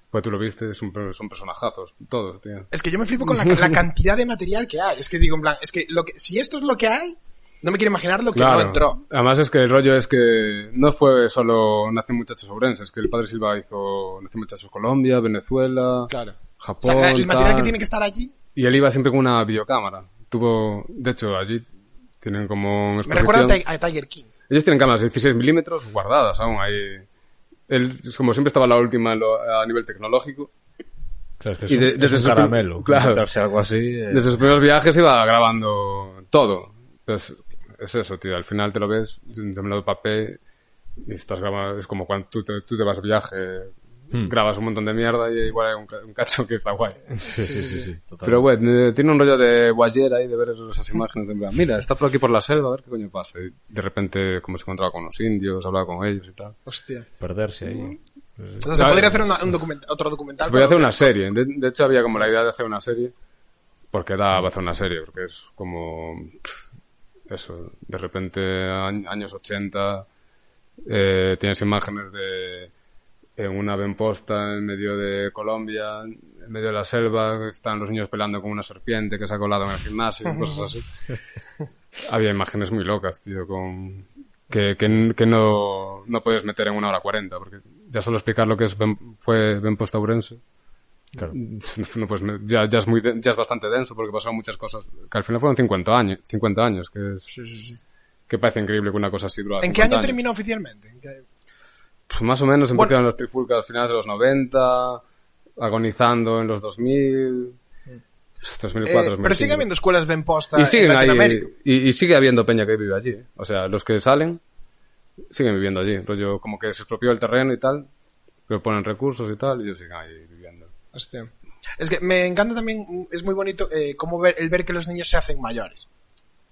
B: Pues tú lo viste, son, per- son personajazos, todos, tío.
C: Es que yo me flipo con la, la cantidad de material que hay. Es que digo, en plan, es que, lo que si esto es lo que hay, no me quiero imaginar lo que no entró.
B: Además es que el rollo es que no fue solo Nace Muchachos Obrense, es que el padre Silva hizo Nace Muchachos Colombia, Venezuela,
C: Claro. O
B: Japón.
C: sea, la- el material que
B: tal.
C: tiene que estar allí.
B: Y él iba siempre con una videocámara. Tuvo, de hecho, allí tienen como una
C: Me recuerda a,
B: exposición.
C: Ti- a Tiger King.
B: Ellos tienen cámaras de 16 milímetros guardadas aún ahí. Él, como siempre, estaba la última en lo- a nivel tecnológico.
E: Claro, es que
B: Y de-
E: es un,
B: desde
E: es
B: su
E: un
B: prim-
E: caramelo.
B: claro.
E: Meterse algo así... eh,
B: Desde sus primeros viajes iba grabando todo. Entonces, es eso, tío. Al final te lo ves, yo me lo papé y estás grabando. Es como cuando tú te, tú te vas de viaje, grabas un montón de mierda y igual hay un, ca- un cacho que está guay.
E: Sí, sí, sí, sí, total.
B: Pero bueno, eh, tiene un rollo de guayera ahí de ver esas imágenes de en plan, mira, está por aquí por la selva, a ver qué coño pasa. Y de repente, como se encontraba con los indios, hablaba con ellos y tal.
C: Hostia.
E: Perderse ahí.
C: O sea, se
B: Claro.
C: podría hacer una- un documenta- otro documental.
B: Se podía hacer
C: pero-
B: una serie. De, de hecho, había como la idea de hacer una serie. Porque da para hacer una serie, porque es como. pff, Eso, de repente, a- años 80, eh, tienes imágenes de. En una benposta en medio de Colombia, en medio de la selva, están los niños pelando con una serpiente que se ha colado en el gimnasio, cosas así. Había imágenes muy locas, tío, con... que, que, que no, no puedes meter en una hora cuarenta, porque ya solo explicar lo que es Ben- fue Ben Postaurense.
E: Claro.
B: No, pues me- ya, ya, es muy, de- ya es bastante denso porque pasaron muchas cosas que al final fueron 50 años, 50 años que, es- que parece increíble que una cosa así durara
C: ¿En qué
B: 50
C: año
B: años.
C: terminó oficialmente? ¿En qué-
B: Pues más o menos
C: Bueno.
B: empezaron las trifulcas a finales de los 90, agonizando en los 2000, 2004,
C: Mm. Eh, pero
B: 2005.
C: sigue habiendo escuelas Ben Posta
B: y siguen
C: en
B: ahí,
C: Latinoamérica.
B: y, y sigue habiendo peña que vive allí. ¿eh? O sea, los que salen siguen viviendo allí. Rollo, como que se expropió el terreno y tal, pero ponen recursos y tal, y ellos siguen ahí viviendo.
C: Hostia. Es que me encanta también, mm, es muy bonito eh, cómo ver, el ver que los niños se hacen mayores.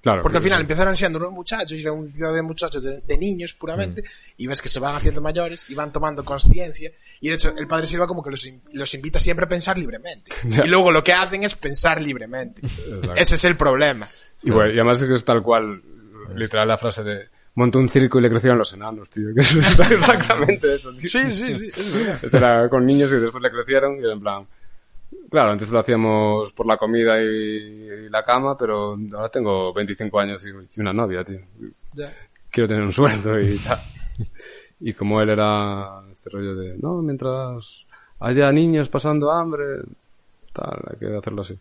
B: Claro.
C: Porque al
B: que-
C: final empezaron siendo unos muchachos y era un ciudad de muchachos de, de niños
B: Mm.
C: puramente, y ves que se van haciendo mayores y van tomando conciencia. Y de hecho, el padre Silva como que los, in- los invita siempre a pensar libremente.
B: Ya.
C: Y luego lo que hacen es pensar libremente. Ese es el problema.
B: Y, bueno, y además es que es tal cual, literal, la frase de montó un circo y le crecieron los enanos, tío. Que es exactamente eso, tío.
C: Sí, sí, sí.
B: Eso era con niños y después le crecieron y era en plan... Claro, antes lo hacíamos por la comida y, y la cama, pero ahora tengo 25 años y, y una novia, tío. Quiero tener un sueldo y tal. Y como él era este rollo de, no, mientras haya niños pasando hambre, tal, hay que hacerlo así.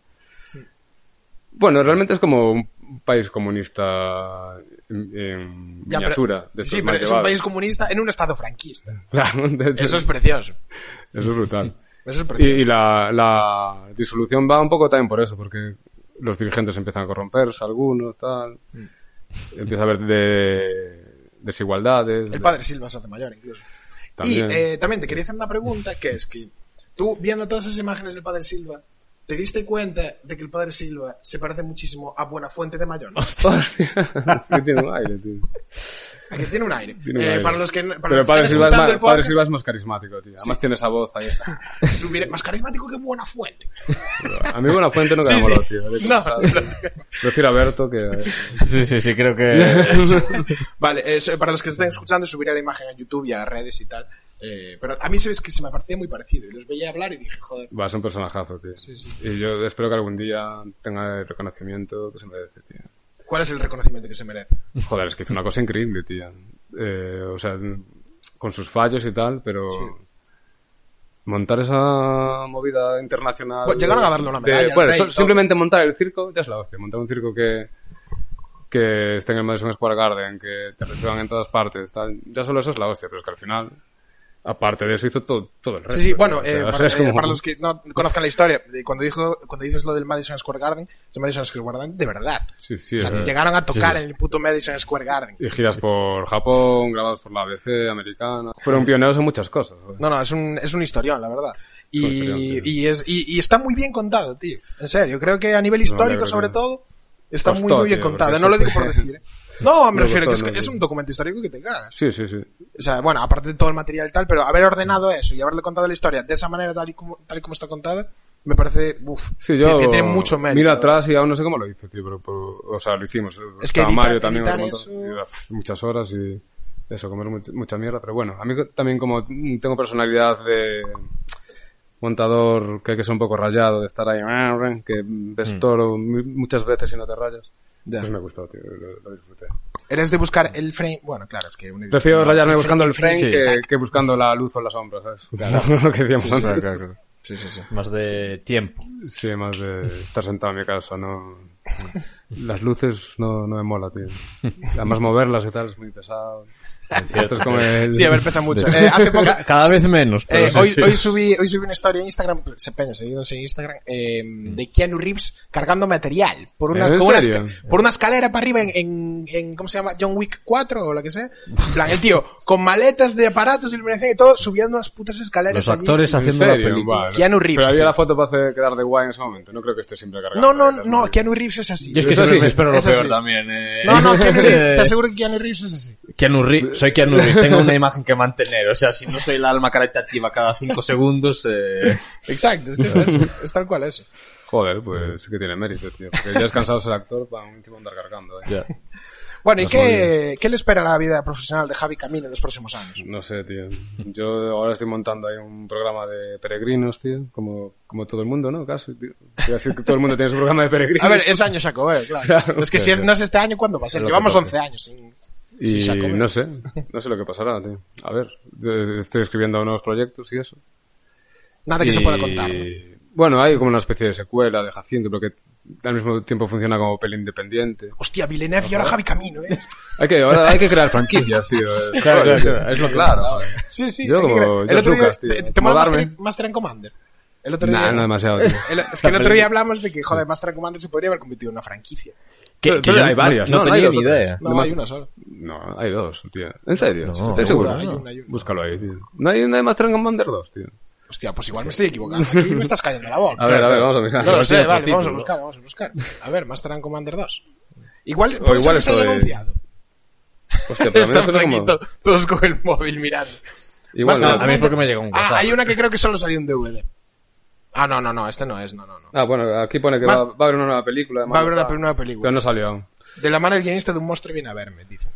B: Bueno, realmente es como un país comunista en, en
C: Ya, pero-
B: miniatura. de estos
C: sí,
B: mal
C: pero es un
B: llevados.
C: país comunista en un estado franquista.
B: Claro, de- de-
C: Eso es precioso.
B: eso es brutal.
C: Eso es
B: Y,
C: precioso.
B: y la, la disolución va un poco también por eso, porque los dirigentes empiezan a corromperse, algunos, tal.
C: Mm.
B: Empieza a haber de, desigualdades.
C: El padre Silva se hace mayor, incluso.
B: También.
C: Y eh, también te quería hacer una pregunta, que es que tú, viendo todas esas imágenes del padre Silva, ¿te diste cuenta de que el padre Silva se parece muchísimo a Buenafuente de Mayón?
B: es que tiene un aire, tío.
C: A que tiene un aire.
B: Tiene un
C: Eh,
B: aire.
C: Para los que, no- para
B: Pero
C: los que
B: padre
C: están
B: Silva, es
C: escuchando
B: más,
C: el
B: Padre
C: podcast,
B: Silva es más carismático, tío. Además tiene esa voz ahí.
C: subiré- más carismático que Buenafuente.
B: A mí Buenafuente no
C: Sí,
B: me
C: sí.
B: molado, tío. De-
C: No,
B: o sea, Prefiero a Berto que...
E: Sí, sí, sí, creo que.
C: Vale, eh, so- para los que estén escuchando, subiré la imagen a YouTube y a las redes y tal. Eh, pero a mí sabes que se me parecía muy parecido. Y los veía hablar y dije, joder.
B: Va, es un personajazo, tío.
C: sí.
B: Y yo espero que algún día tenga el reconocimiento que se merece, tío.
C: ¿Cuál es el reconocimiento que se merece?
B: Joder, es que hizo una cosa increíble, tía. Eh, o sea, con sus fallos y tal, pero montar esa movida internacional.
C: Pues llegaron a darle una medalla
B: de-
C: al
B: bueno,
C: rey
B: so-
C: y todo.
B: simplemente montar el circo ya es la hostia. Montar un circo que que esté en el Madison Square Garden, que te reciban en todas partes, tal. Ya solo eso es la hostia, pero es que al final, aparte de eso, hizo todo, todo el resto.
C: Sí, sí, bueno,
B: O sea,
C: eh,
B: o sea,
C: para,
B: es
C: eh,
B: como-
C: para los que no conozcan la historia, eh, cuando, dijo, cuando dices lo del Madison Square Garden, el Madison Square Garden de verdad.
B: Sí, sí,
C: o sea,
B: es verdad.
C: llegaron a tocar en el puto Madison Square Garden.
B: Y giras por Japón, grabados por la ABC americana. Fueron pioneros en muchas cosas. joder.
C: No, no, es un, es un historión, la verdad.
B: Fue historión,
C: Y,
B: tío.
C: y, es, y, y está muy bien contado, tío. En serio, creo que a nivel histórico,
B: creo
C: sobre
B: que-
C: todo, está muy,
B: Costó,
C: muy bien
B: tío,
C: contado.
B: porque
C: No lo
B: eso
C: digo por
B: fue-
C: decir. ¿eh? No, me
B: No
C: refiero
B: costó,
C: que es,
B: no,
C: es
B: tío.
C: un documento histórico que te cagas.
B: Sí, sí, sí.
C: O sea, bueno, aparte de todo el material y tal, pero haber ordenado eso y haberle contado la historia de esa manera, tal y como, tal y como está contada, me parece, uff,
B: Sí, yo
C: tiene, tiene mucho mérito.
B: Miro
C: la verdad.
B: atrás y aún no sé cómo lo hice, tío, pero, pero, o sea, lo hicimos.
C: Es que
B: Estaba
C: editar-
B: Mario también
C: editar
B: un montón,
C: eso-
B: y, uf, muchas horas y eso, comer much- mucha mierda, pero bueno, a mí co- también como mm, tengo personalidad de montador que hay que ser un poco rayado, de estar ahí, que ves toro mu- muchas veces y no te rayas.
C: Ya.
B: Pues me gustó, tío, lo, lo disfruté.
C: Eres de buscar el frame. Bueno, claro, es que. un-
B: Prefiero rayarme
C: el
B: buscando el frame
C: frame,
B: que,
C: exacto.
B: que buscando la luz o la sombra, ¿sabes? lo que decíamos antes.
C: Sí, sí, sí.
E: Más de tiempo.
B: Sí, más de estar sentado en mi casa, no. Las luces no, no me mola, tío. Además, moverlas y tal es muy pesado. Esto es como el-
C: Sí, a ver, pesa mucho. Eh, hace poco.
E: Ca- cada vez menos. pero
C: eh,
E: sí,
C: hoy,
E: sí.
C: hoy subí, hoy subí una historia en Instagram, se peña, seguidos en Instagram, eh, de Keanu Reeves cargando material por una,
B: ¿En
C: con una
B: serio?
C: esca- por una escalera para arriba en, en, en, ¿cómo se llama? John Wick 4 o la que sea. En plan, el tío, con maletas de aparatos, iluminación y todo, subiendo unas putas escaleras.
E: Los
C: allí.
E: actores
B: ¿En
E: haciendo la
B: serio?
E: película.
B: Vale.
C: Keanu Reeves,
B: Pero había
C: tío.
B: la foto para hacer quedar de guay en ese momento. No creo que esté siempre cargando.
C: No, no, no, Keanu Reeves es así.
E: Yo es que
B: Eso
E: siempre
B: sí,
E: me espero lo
C: eso
E: peor
C: sí.
E: también. eh.
C: No, no, Keanu Reeves, te aseguro que Keanu Reeves es así.
E: Keanu Reeves, soy Keanu Reeves, tengo una imagen que mantener. O sea, si no soy la alma caritativa cada cinco segundos, eh,
C: Exacto, es que es, eso, es tal cual eso.
B: Joder, pues sí que tiene mérito, tío. Porque ya es cansado ser actor para un tipo andar cargando. ¿eh?
C: Bueno, ¿y
B: Los
C: qué, qué le espera a la vida profesional de Javi Camino en los próximos años?
B: No sé, tío. Yo ahora estoy montando ahí un programa de peregrinos, tío. Como, como todo el mundo, ¿no? Casi, tío. Quiero decir que todo el mundo tiene su programa de peregrinos.
C: A ver, es año Jacob, eh, claro.
B: Claro,
C: es que si es- no es este año, ¿cuándo va a ser?
B: Lo que
C: Llevamos
B: toque.
C: 11 años sin, sin
B: Y
C: Jacob, eh.
B: no sé, no sé lo que pasará, tío. A ver, eh, estoy escribiendo nuevos proyectos y eso.
C: Nada que
B: Y-
C: se pueda contar. ¿no?
B: Bueno, hay como una especie de secuela de Jacinto, pero que al mismo tiempo funciona como peli independiente.
C: Hostia, Villeneuve y ahora Javi Camino, ¿eh?
B: Hay que, ahora hay que crear franquicias, tío.
E: Claro, claro, claro.
B: Es lo claro. joder.
C: Sí, sí.
B: Yo
C: hay que
B: como
C: creer. el
B: George
C: otro día,
B: Lucas, tío.
C: ¿te, te mola
B: Molarme.
C: Master, Master and Commander? El otro
B: Nah,
C: día...
B: no demasiado, tío.
C: El- es que el otro día hablamos de que, joder, Master and Commander se podría haber convertido en una franquicia.
E: que,
B: Pero-
E: que
B: pero
E: yo
B: hay varias,
E: no,
B: ¿no? No hay
E: tenía ni
B: dos o tres.
E: idea.
C: No,
B: Además-
C: hay una sola.
B: No, hay dos, tío. ¿En serio? ¿Estoy seguro?
C: Seguro, hay una, hay una.
B: Búscalo ahí, tío. No hay, no hay más Commander 2, tío.
C: Hostia, pues igual me estoy equivocando. Aquí me estás cayendo la boca.
B: A ver, a ver, vamos a pensar.
C: No lo
B: Igual
C: sé,
B: tiene otro
C: vale, vamos a
B: título.
C: buscar, vamos a buscar. A ver, Master and Commander 2. Igual, puede
B: igual
C: ser que
B: esto
C: se haya
B: de-
C: anunciado.
B: Hostia, pero a mí me
C: Estamos
B: suena
C: aquí
B: como-
C: to- todos con el móvil mirando.
B: Igual
E: No,
B: no.
E: a mí es porque me llegó un
C: Ah,
E: WhatsApp.
C: hay una que creo que solo salió en DVD. Ah, no, no, no, este no es, no, no, no.
B: Ah, bueno, aquí pone que
C: Más-
B: va, va a haber una nueva película. de
C: Va a
B: Marvel,
C: haber una
B: tal.
C: primera película.
B: Pero no salió aún.
C: De la mano del guionista de un monstruo viene a verme, dicen.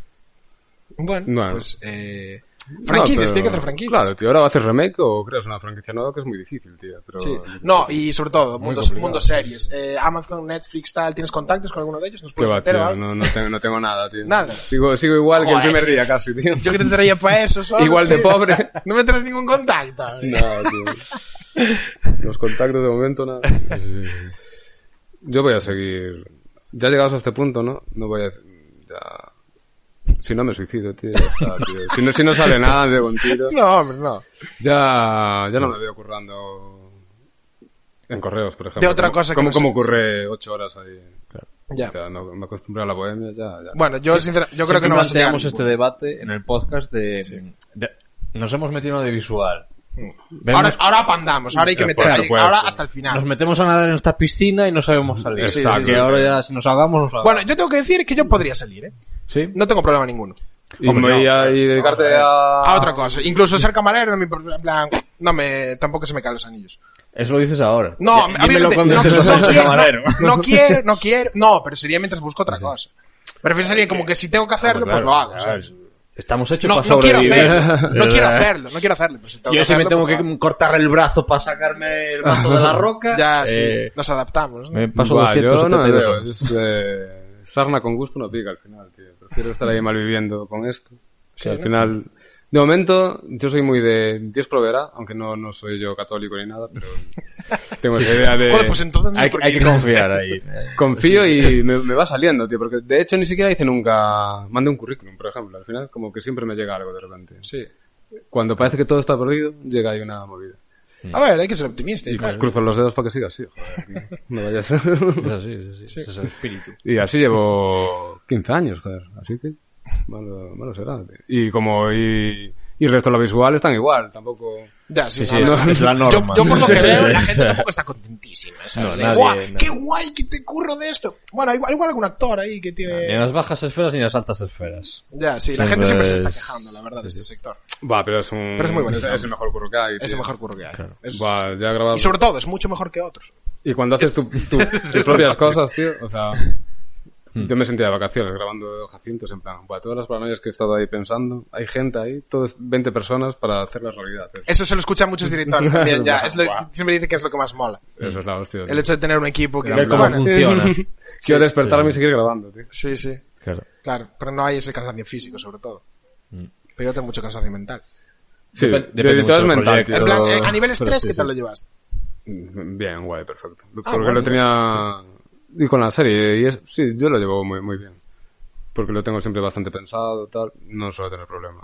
C: Bueno,
B: Bueno.
C: pues... Eh... Franquicias,
B: No, pero-
C: tiene que hacer franquicias.
B: Claro, tío, ahora haces remake o creas una franquicia nueva que es muy difícil, tío. Pero...
C: Sí. No, y sobre todo, mundos, mundos series. Eh, Amazon, Netflix, tal, ¿tienes contactos con alguno de ellos? ¿Nos
B: Qué
C: puedes
B: va,
C: meter o
B: tío,
C: Pues algo?
B: no, no, tengo, no tengo nada, tío.
C: Nada.
B: Sigo, sigo igual que
C: Joder,
B: el primer
C: tío.
B: día casi, tío.
C: Yo que te traía para eso, solo,
B: Igual de
C: tío.
B: pobre.
C: No me traes ningún contacto. hombre.
B: No, tío. Los contactos de momento, nada. Yo voy a seguir. Ya llegados a este punto, ¿no? No voy a. Ya. Si no me suicido, tío. ya está, tío. Si, no, si no sale nada, me pego un tiro.
C: No, hombre, no.
B: Ya, ya no me veo currando en correos, por ejemplo.
C: De otra
B: Como-
C: cosa que
B: como,
C: no
B: como
C: sé.
B: ocurre ocho horas ahí.
C: Ya.
B: Ya, no- me acostumbré a la bohemia, ya, ya.
C: Bueno, yo, sinceramente, yo creo que
E: Siempre
C: no vas a llegar.
E: planteamos este debate en el podcast de, de- nos hemos metido en audiovisual.
C: Mm. ahora, ahora pandamos, ahora hay que
B: Por
C: meter ahí,
B: supuesto.
C: ahora hasta el
E: Nos
C: final.
E: metemos a nadar en esta piscina y no sabemos salir.
B: Sí,
E: o sea,
B: sí,
E: que
B: sí,
E: ahora ya si nos ahogamos nos ahogamos.
C: Bueno, yo tengo que decir que yo podría salir, ¿eh?
E: sí.
C: No tengo problema ninguno.
B: y, me- y- y dedicarte a...
C: A otra cosa. Incluso ser camarero, no me importa, en plan, no me, tampoco se me caen los anillos.
E: Eso lo dices ahora.
C: No,
E: Ya-
C: a mí
E: dímelo
C: me-
E: cuando
C: no,
E: estés
C: no
E: pasando
C: quiero,
E: camarero.
C: no- no quiero, no quiero. No, pero sería mientras busco otra cosa. Pero sería como que si tengo
E: Ah,
C: que hacerlo, pues lo hago, ¿sabes?
E: Estamos hechos
C: No,
E: para
C: no quiero
E: sobrevivir.
C: hacerlo, no quiero
E: ¿Verdad?
C: hacerlo, no quiero hacerlo. Pero si tengo
E: Yo
C: que
E: si me
C: hacerlo,
E: tengo
C: pues
E: que
C: lo hago.
E: cortar el brazo para sacarme el brazo de la roca.
C: Ya, sí,
E: eh,
C: nos adaptamos, ¿no?
E: Me paso
B: Buah, yo no
E: 272
B: veo,
E: horas.
B: es, eh, sarna con gusto no pica al final, tío. Prefiero estar ahí malviviendo con esto. que al final... De momento, yo soy muy de Dios proveerá, aunque no, no soy yo católico ni nada, pero tengo esa idea de...
C: Joder, pues entonces no,
E: Hay, que-
C: porque-
E: hay que confiar ahí.
B: Confío y me, me va saliendo, tío, porque de hecho ni siquiera hice nunca, mandé un currículum, por ejemplo, al final como que siempre me llega algo de repente.
C: Sí.
B: Cuando parece que todo está perdido, llega ahí una movida.
C: A ver, hay que ser optimista.
B: Y
C: claro.
B: cruzo los dedos para que siga así, joder. tío. No vayas.
E: Es así, es así. Es el espíritu.
B: y así llevo 15 años, joder, así que malo, malo será. tío. Y como y, y el resto de lo visual están igual, tampoco...
C: Ya, sí,
E: Sí,
C: no,
E: es,
C: no.
E: es la
C: Yo,
E: norma.
C: yo por lo que veo, la gente
E: O sea,
C: tampoco está contentísima. ¿sabes?
E: No,
C: De,
E: nadie-
C: "Guau,
E: nadie.
C: ¡Qué guay que te curro de esto! Bueno, igual, igual algún actor ahí que
E: Ni
C: tiene...
E: en las bajas esferas ni en las altas esferas.
C: Ya, sí, la
E: Siempre
C: gente siempre se
E: es-
C: está quejando, la verdad, de este sector.
B: Va, pero es un...
C: Pero es muy bonito.
B: Es el mejor curro que hay.
C: Es
B: tío.
C: el mejor curro que hay. Es-
B: Buah, ya grabado.
C: Y sobre todo, es mucho mejor que otros.
B: Y cuando haces tu- tu- tus propias cosas, tío, o sea,
E: Hmm.
B: yo me sentía de vacaciones grabando Jacintos en plan, "Buah, todas las paranoias que he estado ahí pensando, hay gente ahí, todos 20 personas para hacer la realidad. Eso,
C: Eso se lo escuchan muchos directores también, ya. Es lo- siempre dicen que es lo que más mola.
B: eso es la hostia. tío.
C: El hecho de tener un equipo que...
E: Ver cómo
C: Bueno,
E: funciona.
B: Quiero despertarme y seguir grabando, tío.
C: sí, sí,
E: Claro.
C: claro. Pero no hay ese cansancio físico, sobre todo.
E: Mm.
C: Pero yo tengo mucho cansancio mental.
B: Sí,
E: Depen-
B: de
E: depende
B: editor es
E: mucho del
B: mental,
E: proyecto.
B: tío. Mm,
C: En plan, eh, a nivel estrés,
E: sí,
C: ¿qué
E: sí.
C: tal lo llevaste?
B: Bien, guay, perfecto. Porque
C: bueno.
B: lo tenía... Y con la serie, y es- sí, yo lo llevo muy, muy bien. Porque lo tengo siempre bastante pensado, tal, no suelo tener problema.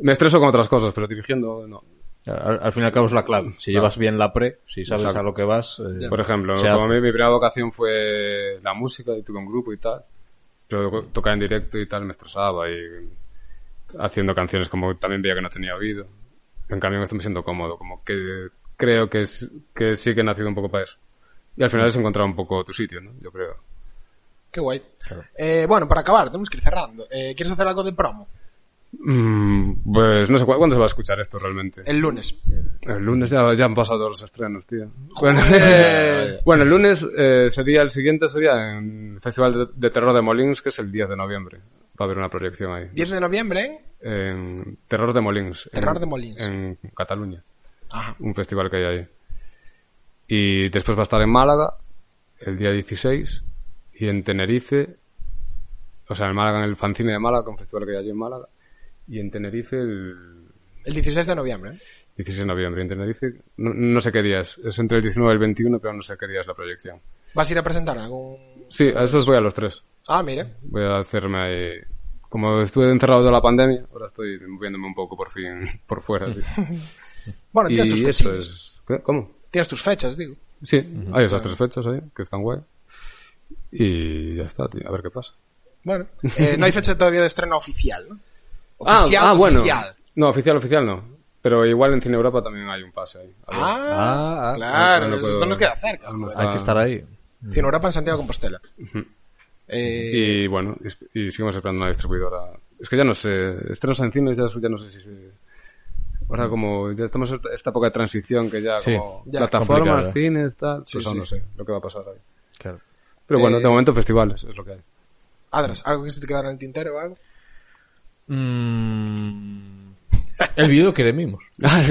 B: Me estreso con otras cosas, pero dirigiendo, no.
E: Al, al fin y al cabo es la clave. Si llevas bien la pre, si sabes
B: Exacto.
E: a lo que vas. eh,
B: Por ejemplo,
E: se
B: como
E: hace.
B: mi, mi primera vocación fue la música y tuve un grupo y tal. Pero luego tocar en directo y tal me estresaba y haciendo canciones como también veía que no tenía oído. En cambio me estoy siento cómodo, como que creo que, es- que sí que he nacido un poco para eso. Y al final es encontrar un poco tu sitio, ¿no? Yo creo.
C: Qué guay. Eh, bueno, para acabar, tenemos que ir cerrando. Eh, ¿Quieres hacer algo de promo?
B: Mm, pues no sé, ¿cu- ¿cuándo se va a escuchar esto realmente?
C: El lunes.
B: El lunes ya, ya han pasado todos los estrenos, tío. Bueno, bueno, el lunes eh, sería el siguiente, sería en el Festival de, de Terror de Molins, que es el 10 de noviembre. Va a haber una proyección ahí.
C: 10 de noviembre, ¿eh?
B: En Terror de Molins.
C: Terror
B: en-
C: de Molins.
B: En Cataluña,
C: Ajá.
B: un festival que hay ahí. Y después va a estar en Málaga, el día 16, y en Tenerife, o sea, en Málaga, en el Fancine de Málaga, un festival que hay allí en Málaga, y en Tenerife el
C: El 16 de noviembre. ¿eh?
B: 16 de noviembre en Tenerife. No, no sé qué días. Es entre el 19 y el 21, pero no sé qué día es la proyección.
C: ¿Vas a ir a presentar algún...?
B: Sí, a esos voy a los tres.
C: Ah, mira.
B: Voy a hacerme ahí... Como estuve encerrado toda la pandemia, ahora estoy moviéndome un poco por fin por fuera. tío.
C: Bueno,
B: y
C: tienes tus fechas.
B: eso es... ¿Qué? ¿Cómo?
C: Tienes tus fechas, digo.
B: Sí, hay esas tres fechas ahí, que están guay. Y ya está, tío. A ver qué pasa.
C: Bueno. Eh, no hay fecha todavía de estreno oficial, ¿no? Oficial, oficial.
B: No, oficial, oficial no. Pero igual en Cine Europa también hay un pase ahí. A ver.
C: Ah,
E: Ah, ah,
C: claro.
B: no, no
C: eso-
B: puedo-
C: Esto nos queda cerca,
B: no
C: joder.
B: está-
E: Hay que estar ahí.
C: Cine Europa en Santiago de Compostela. Eh,
B: Y bueno, y esp- y seguimos esperando una distribuidora. Es que ya no sé, estrenos en cines ya, ya no sé si se... Ahora como ya estamos en esta época de transición que ya
E: Sí,
B: como
C: ya,
B: plataformas,
E: complicado.
B: cines, tal,
C: Sí,
B: pues aún
C: sí.
B: no sé lo que va a pasar ahí.
E: Claro.
B: Pero bueno,
C: Eh,
B: de momento festivales es lo que hay.
C: Adras, ¿algo que se te quedara en el tintero o algo?
E: Mm, el video que le mimos.
C: ¡Ah, es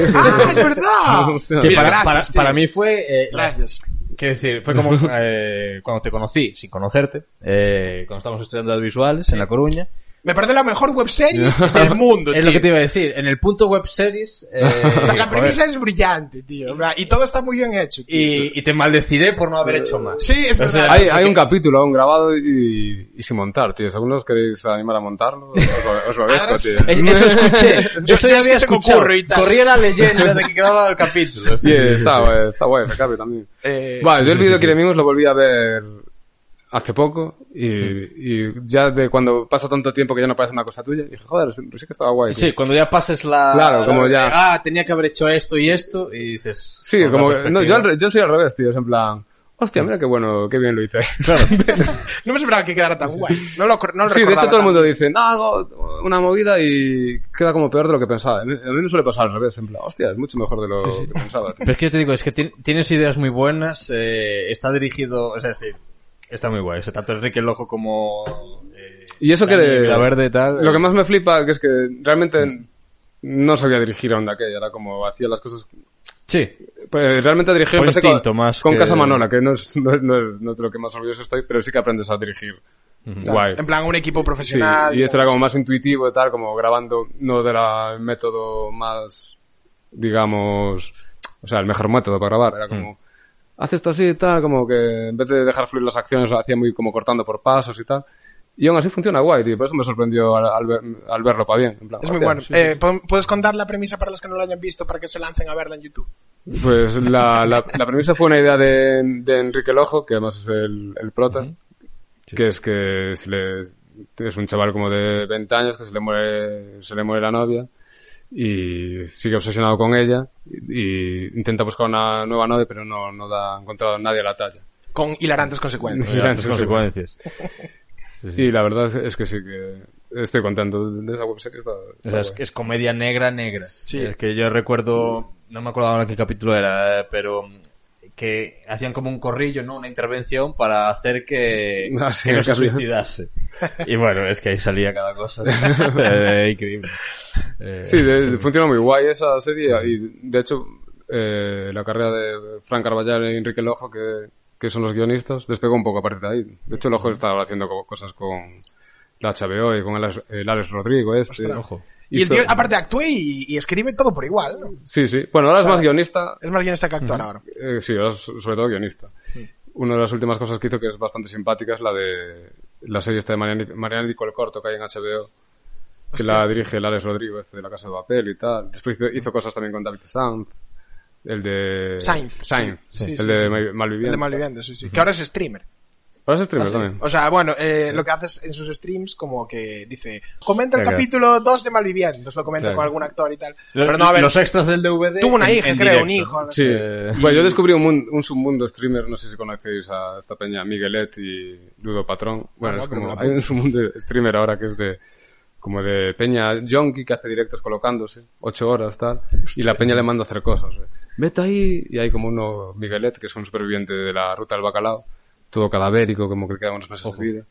C: verdad!
E: Que
C: Mira,
E: para,
C: gracias,
E: para-
C: tío.
E: para mí fue. eh, la-
C: Gracias.
E: Quiero decir, fue como eh, cuando te conocí, sin conocerte, eh, cuando estábamos estudiando audiovisuales en La Coruña.
C: Me parece la mejor webserie del mundo,
E: Es lo
C: tío.
E: que te iba a decir, en el punto web series. eh,
C: O sea, la
E: joder,
C: premisa es brillante, tío. en plan, Y todo está muy bien hecho, tío.
E: y, y te maldeciré por no haber hecho más.
C: Sí, es
E: O sea,
C: verdad.
B: Hay, hay un capítulo aún grabado y, y sin montar, tío. Si algunos queréis animar a montarlo, os lo, os lo dejo, tío.
E: Es- Eh, Eso escuché.
C: Yo-
E: eso
C: yo
E: ya
C: es que
E: había
C: tengo
E: escuchado.
C: curro y tal.
E: Corría la leyenda de que grababa el capítulo.
B: Sí, está, guay, está guay ese cable también.
C: Eh,
B: Vale, yo el vídeo que le vimos lo volví a ver hace poco y, y ya de cuando pasa tanto tiempo que ya no parece una cosa tuya, dije, joder, sí sí que estaba guay. tío.
E: Sí, cuando ya pases la...
B: Claro,
E: la-
B: como ya-
E: Ah, tenía que haber hecho esto y esto, y dices...
B: Sí,
E: con
B: como
E: otra
B: que- no, yo, al
E: perspectiva.
B: re- yo soy al revés, tío, es en plan, hostia, mira qué bueno, qué bien lo hice.
C: No me esperaba que quedara tan guay. No lo, cor- no lo
B: sí, de hecho
C: recordaba
B: todo el
C: tanto.
B: mundo dice, no, hago una movida y queda como peor de lo que pensaba. A mí a mí me suele pasar al revés, en plan, hostia, es mucho mejor de lo que pensaba. tío.
E: Pero es que yo te digo, es que ti- tienes ideas muy buenas, eh, está dirigido... Es decir, está muy guay. O sea, tanto Enrique Lojo como... eh,
B: Y eso que...
E: Dani Vilaverde y tal.
B: Lo que más me flipa que es que realmente no sabía dirigir a onda aquella, era como hacía las cosas
E: Sí.
B: Pues realmente dirigir
E: Por
B: empecé
E: instinto,
B: con,
E: más
B: con
E: que-
B: Casa Manona, que no es, no, es- no es- no es de lo que más orgulloso estoy, pero sí que aprendes a dirigir. Guay.
C: En plan, un equipo
B: Sí,
C: profesional.
B: y esto era como más intuitivo y tal, como grabando no del método más, digamos, o sea, el mejor método para grabar. Era
E: Mm.
B: como, haz esto así y tal, como que en vez de dejar fluir las acciones lo hacía muy como cortando por pasos y tal. Y aún así funciona guay, tío. Por eso me sorprendió al, al ver- al verlo para bien. en plan,
C: Es muy
B: hostia,
C: bueno.
B: sí.
C: Eh, ¿pod- ¿Puedes contar la premisa para los que no la hayan visto para que se lancen a verla en YouTube?
B: Pues la, la, la premisa fue una idea de, de Enrique Lojo, que además es el, el prota, que es que se le- es un chaval como de 20 años que se le muere, se le muere la novia y sigue obsesionado con ella y, y intenta buscar una nueva novia pero no, no da, ha encontrado a nadie a la talla.
C: Con hilarantes consecuencias.
B: Mira,
E: Las
B: sí,
E: consecuencias.
B: Y la verdad es que sí que estoy contento de esa webserie. Está, está
E: O sea, es,
B: guay.
E: es comedia negra, negra.
C: Sí.
E: Es que yo recuerdo, no me acuerdo ahora qué capítulo era, eh, pero mm, que hacían como un corrillo, ¿no? Una intervención para hacer que,
B: Ah, sí,
E: que no
B: el
E: se
B: capítulo.
E: suicidase. Y bueno, es que ahí salía cada cosa. Eh, increíble. Eh,
B: Sí, de- funciona muy guay esa serie y de hecho eh, la carrera de Frank Carvallal y Enrique Lojo, que, que son los guionistas, despegó un poco a partir de ahí. De hecho, Lojo está ahora haciendo co- cosas con la HBO y con el, Alex- el Alex Rodrigo este.
C: Ostras.
E: Ojo.
C: Y el
B: Hizo-
C: tío, aparte, actúa y, y escribe todo por igual. ¿no?
B: Sí, sí. Bueno, ahora es más guionista,
C: Es más bien esta que actuar ahora.
B: eh, sí, ahora es sobre todo guionista. Una de las últimas cosas que hizo que es bastante simpática es la de la serie esta de Mariana, Mariana Nicole Corto que hay en HBO. que la dirige el Alex Rodrigo, este de la Casa de Papel y tal. Después hizo, hizo cosas también con David Sanz, el de...
C: Sainz,
B: Sainz,
C: sí. Sí,
B: el
C: sí,
B: de
C: sí.
B: Mal-
C: El
B: Malviviente.
C: de Malviviendo, Ah, sí, sí. Que ahora es streamer.
B: Para ser streamer también.
C: O sea, bueno, eh, lo que haces en sus streams como que dice, comenta el
E: Claro.
C: capítulo 2 de Malvivientes, lo comenta
B: Claro.
C: con algún actor y tal.
E: Lo-
C: Pero no, a ver,
E: los extras del DVD.
C: tuvo una
E: en-
C: hija,
E: en
C: creo, un
E: directo.
C: hijo. no
B: Sí.
C: sé.
B: Bueno, yo descubrí un, mun- un submundo streamer, no sé si conocéis a esta peña, Miguelet y Ludo Patrón. Bueno,
C: Ah,
B: es
C: pero
B: como,
C: la-
B: hay un submundo streamer ahora que es de, como de peña junkie que hace directos colocándose, ocho horas, tal, y la peña le manda a hacer cosas. eh. Vete ahí, y hay como uno, Miguelet, que es un superviviente de la ruta del bacalao, todo cadavérico, como que le quedan unos meses de vida.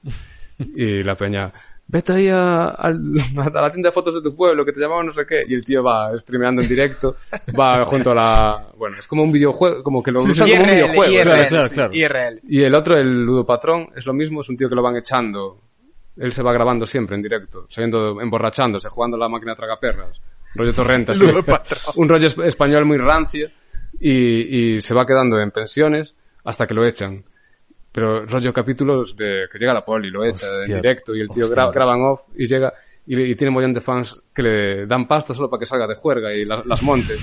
B: Y la peña, vete ahí a, al- a la tienda de fotos de tu pueblo, que te llamaban no sé qué. Y el tío va streameando en directo, va junto a la... Bueno, es como un videojuego, como que lo usan como un
C: IRL,
B: videojuego.
C: IRL,
E: claro, claro,
C: sí,
E: claro.
C: IRL.
B: Y el otro, el ludopatrón, es lo mismo, es un tío que lo van echando. Él se va grabando siempre en directo, saliendo, emborrachándose, jugando a la máquina de tragaperras. Rollo torrenta. así. un rollo es- español muy rancio. Y, y se va quedando en pensiones hasta que lo echan. Pero rollo capítulos de que llega la poli, lo echa
E: Hostia.
B: en directo y el tío gra- graba en off y llega y, le- y tiene un montón de fans que le dan pasta solo para que salga de juerga y la- las monte.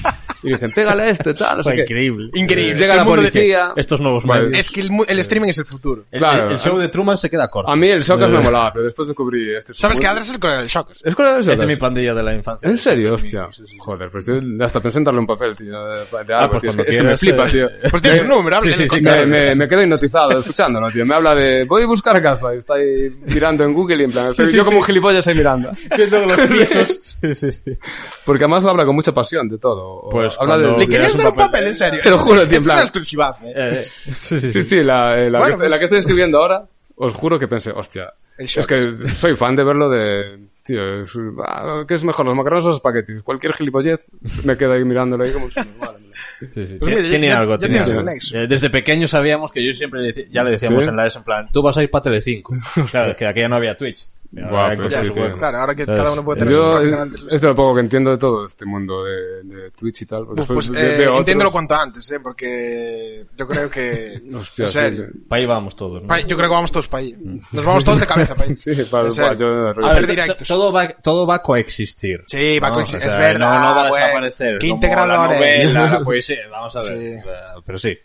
B: Y dicen, pégale a este, tal, no sé
E: Fue
B: qué.
E: increíble.
B: Llega
C: Increíble. es que
B: la
C: el Este mundo de-
B: policía.
E: Estos nuevos
B: Vale.
E: medios.
C: Es que el, mu- el streaming es el futuro.
E: El,
B: Claro.
E: el show de Truman se queda corto. Eh,
B: A mí el Shockers me molaba, pero después descubrí este.
C: ¿Sabes qué?
B: que
C: Este Ahora es el con el Shockers.
B: ¿Es cuál era el
E: es
B: Shockers?
E: de mi pandilla de la infancia.
B: ¿En serio? Hostia. Joder, pues yo hasta pensé en darle un papel, tío. De, de algo,
E: pues
B: tío. Es
E: cuando
B: que, es que me
E: quieras,
B: flipa,
E: eh,
B: tío.
C: Pues tienes un número, háblale
E: sí,
C: de
E: sí,
B: Me,
C: contacto.
B: me, me quedo hipnotizado escuchándolo, tío. Me habla de voy a buscar casa y está ahí mirando en Google y en plan, yo como un gilipollas ahí mirando.
E: Viendo los pisos. Sí, sí, sí.
B: Porque además lo habla con mucha pasión de todo. O
E: Pues
B: habla
E: cuando-
B: de...
C: ¿Le querías
E: Es un
C: dar un
E: papel.
C: papel, en serio?
B: Te lo juro, tío, en
C: Esto es
B: plan-
C: una exclusivaza, eh.
E: Eh, sí, sí,
B: Sí,
E: sí.
B: sí, la, eh, la,
C: Bueno,
B: que,
C: pues-
B: la que estoy escribiendo ahora, os juro que pensé, hostia,
C: El
B: es
C: shock.
B: que soy fan de verlo de... Tío, es- ah, ¿qué es mejor, los macarrones o los espaguetis? Cualquier gilipollez me quedo ahí mirándolo ahí como...
E: Sí, sí. Tie-
C: Pues mira,
E: tiene
C: ya-
E: algo,
C: ya
E: tiene
C: tienes
E: algo.
C: el nexo.
E: Eh, Desde pequeños sabíamos que yo siempre le dec- ya le decíamos
B: Sí.
E: en la ES en plan, tú vas a ir para Telecinco. claro, es que aquí ya no había Twitch. Pero
B: Guau,
E: ahora
B: pues
E: encuentras
B: sí,
E: un
B: tío.
E: hueco.
C: Claro, ahora que
E: ¿Sabes?
C: cada uno puede tener su
B: Yo,
C: propio
B: eh,
C: canal de
B: es de lo poco que entiendo de todo este mundo de, de Twitch y tal. porque
C: Pues, pues
B: después ve-
C: eh,
B: veo otros.
C: entiéndelo cuanto antes, ¿eh? Porque yo creo que...
B: Hostia,
C: en
B: sí,
C: serio.
E: Pa' ahí vamos todos. ¿no?
C: Pa- Yo creo que vamos todos para allí. Nos vamos todos de cabeza para allí.
B: Sí, para-
C: En serio.
B: para- yo-
C: A hacer
E: to-
C: directos.
E: Todo va, todo va a coexistir.
C: Sí, va a
E: No,
C: coexistir.
E: o sea,
C: es verdad.
E: No, no va a
C: güey.
E: desaparecer.
C: Qué
E: como La
C: integradores.
E: novela, la poesía, vamos a ver.
C: Sí.
E: Eh, Pero sí.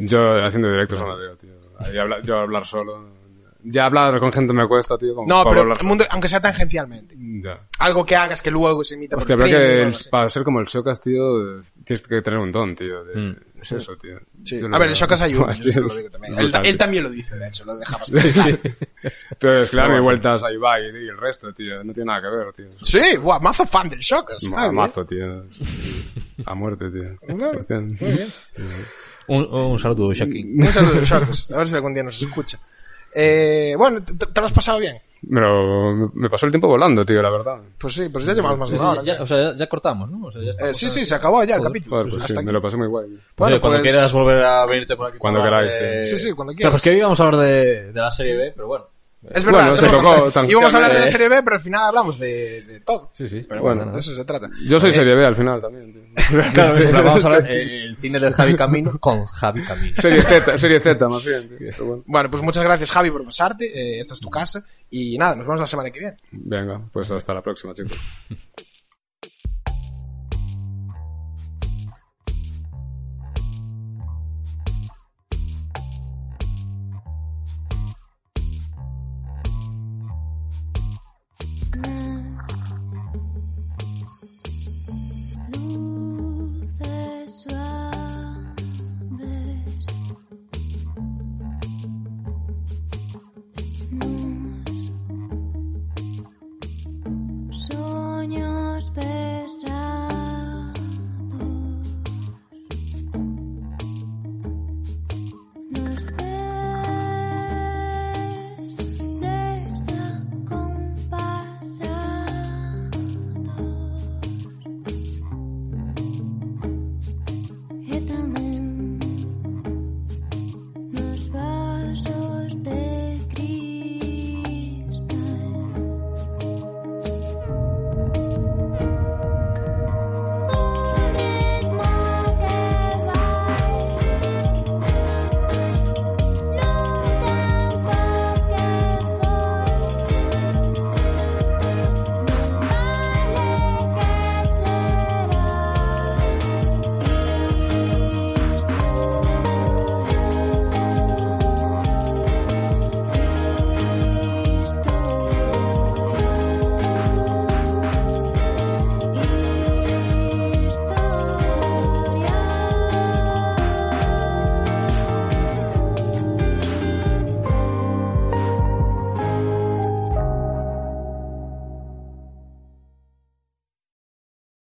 B: Yo haciendo directos no me veo, tío. Ahí habla- yo hablar solo... Ya hablar con gente me cuesta, tío. Como
C: No,
B: para
C: pero
B: hablar
C: el mundo, aunque sea tangencialmente.
B: solo. Ya.
C: Algo que hagas que luego se imita
B: Hostia,
C: por
B: habrá
C: streaming,
B: que,
C: no lo sé.
B: para ser como el Shokas, tío, es- tienes que tener un don, tío. de- Es eso, tío.
C: Sí.
B: Yo lo
C: A ver,
B: veo.
C: el Shokas ayuda.
B: Guau,
C: yo se
B: tío,
C: lo
B: es
C: digo también. Él,
B: brutal,
C: él
B: tío.
C: también lo dice, de hecho, lo deja bastante. claro.
B: Pero es que dame vueltas a Ibai y el resto, tío. No tiene nada que ver, tío.
C: Sí, guau, mazo fan del Shokas.
B: Ma-
C: Javi, ¿eh?
B: mazo, tío. A muerte, tío. Hostia.
E: Un, un saludo, Shaquín.
C: Un saludo del Shokas. A ver si algún día nos escucha. Eh, bueno, ¿te, te lo has pasado bien?
B: Pero me- me pasó el tiempo volando, tío, la verdad.
C: Pues sí, pues ya llevamos más de una hora.
E: ya, o sea, ya- ya cortamos, ¿no? O sea, ya
C: Eh,
E: estamos
C: sí,
E: a-
C: sí, se acabó ya el capítulo.
B: Joder, pues
C: Hasta
B: sí,
C: aquí.
B: me lo pasé muy guay.
E: Pues,
C: Bueno,
E: oye, cuando
C: pues-
E: quieras volver a venirte por aquí.
B: Cuando
E: por la-
B: queráis,
E: eh,
B: sí.
C: Sí, sí, cuando
E: Claro,
C: quieras.
E: pues que hoy íbamos a hablar de, de la serie B, pero bueno.
C: Es verdad,
B: Bueno,
C: es
B: se
C: verdad.
B: tocó
C: Íbamos a hablar de la
B: tangencialmente.
C: serie B, pero al final hablamos de, de todo.
E: Sí, sí.
B: Pero
E: bueno,
B: bueno,
C: De eso se trata.
B: Yo soy serie B al final también, tío.
E: Claro, en plan, vamos a hablar eh, el cine de Javi Camino con Javi Camino.
B: Serie Z, serie Z más bien, tío. Pero bueno.
C: Bueno, pues muchas gracias, Javi, por pasarte. eh, esta es tu casa. Y nada, nos vemos la semana que viene.
B: Venga, pues hasta la próxima, chicos.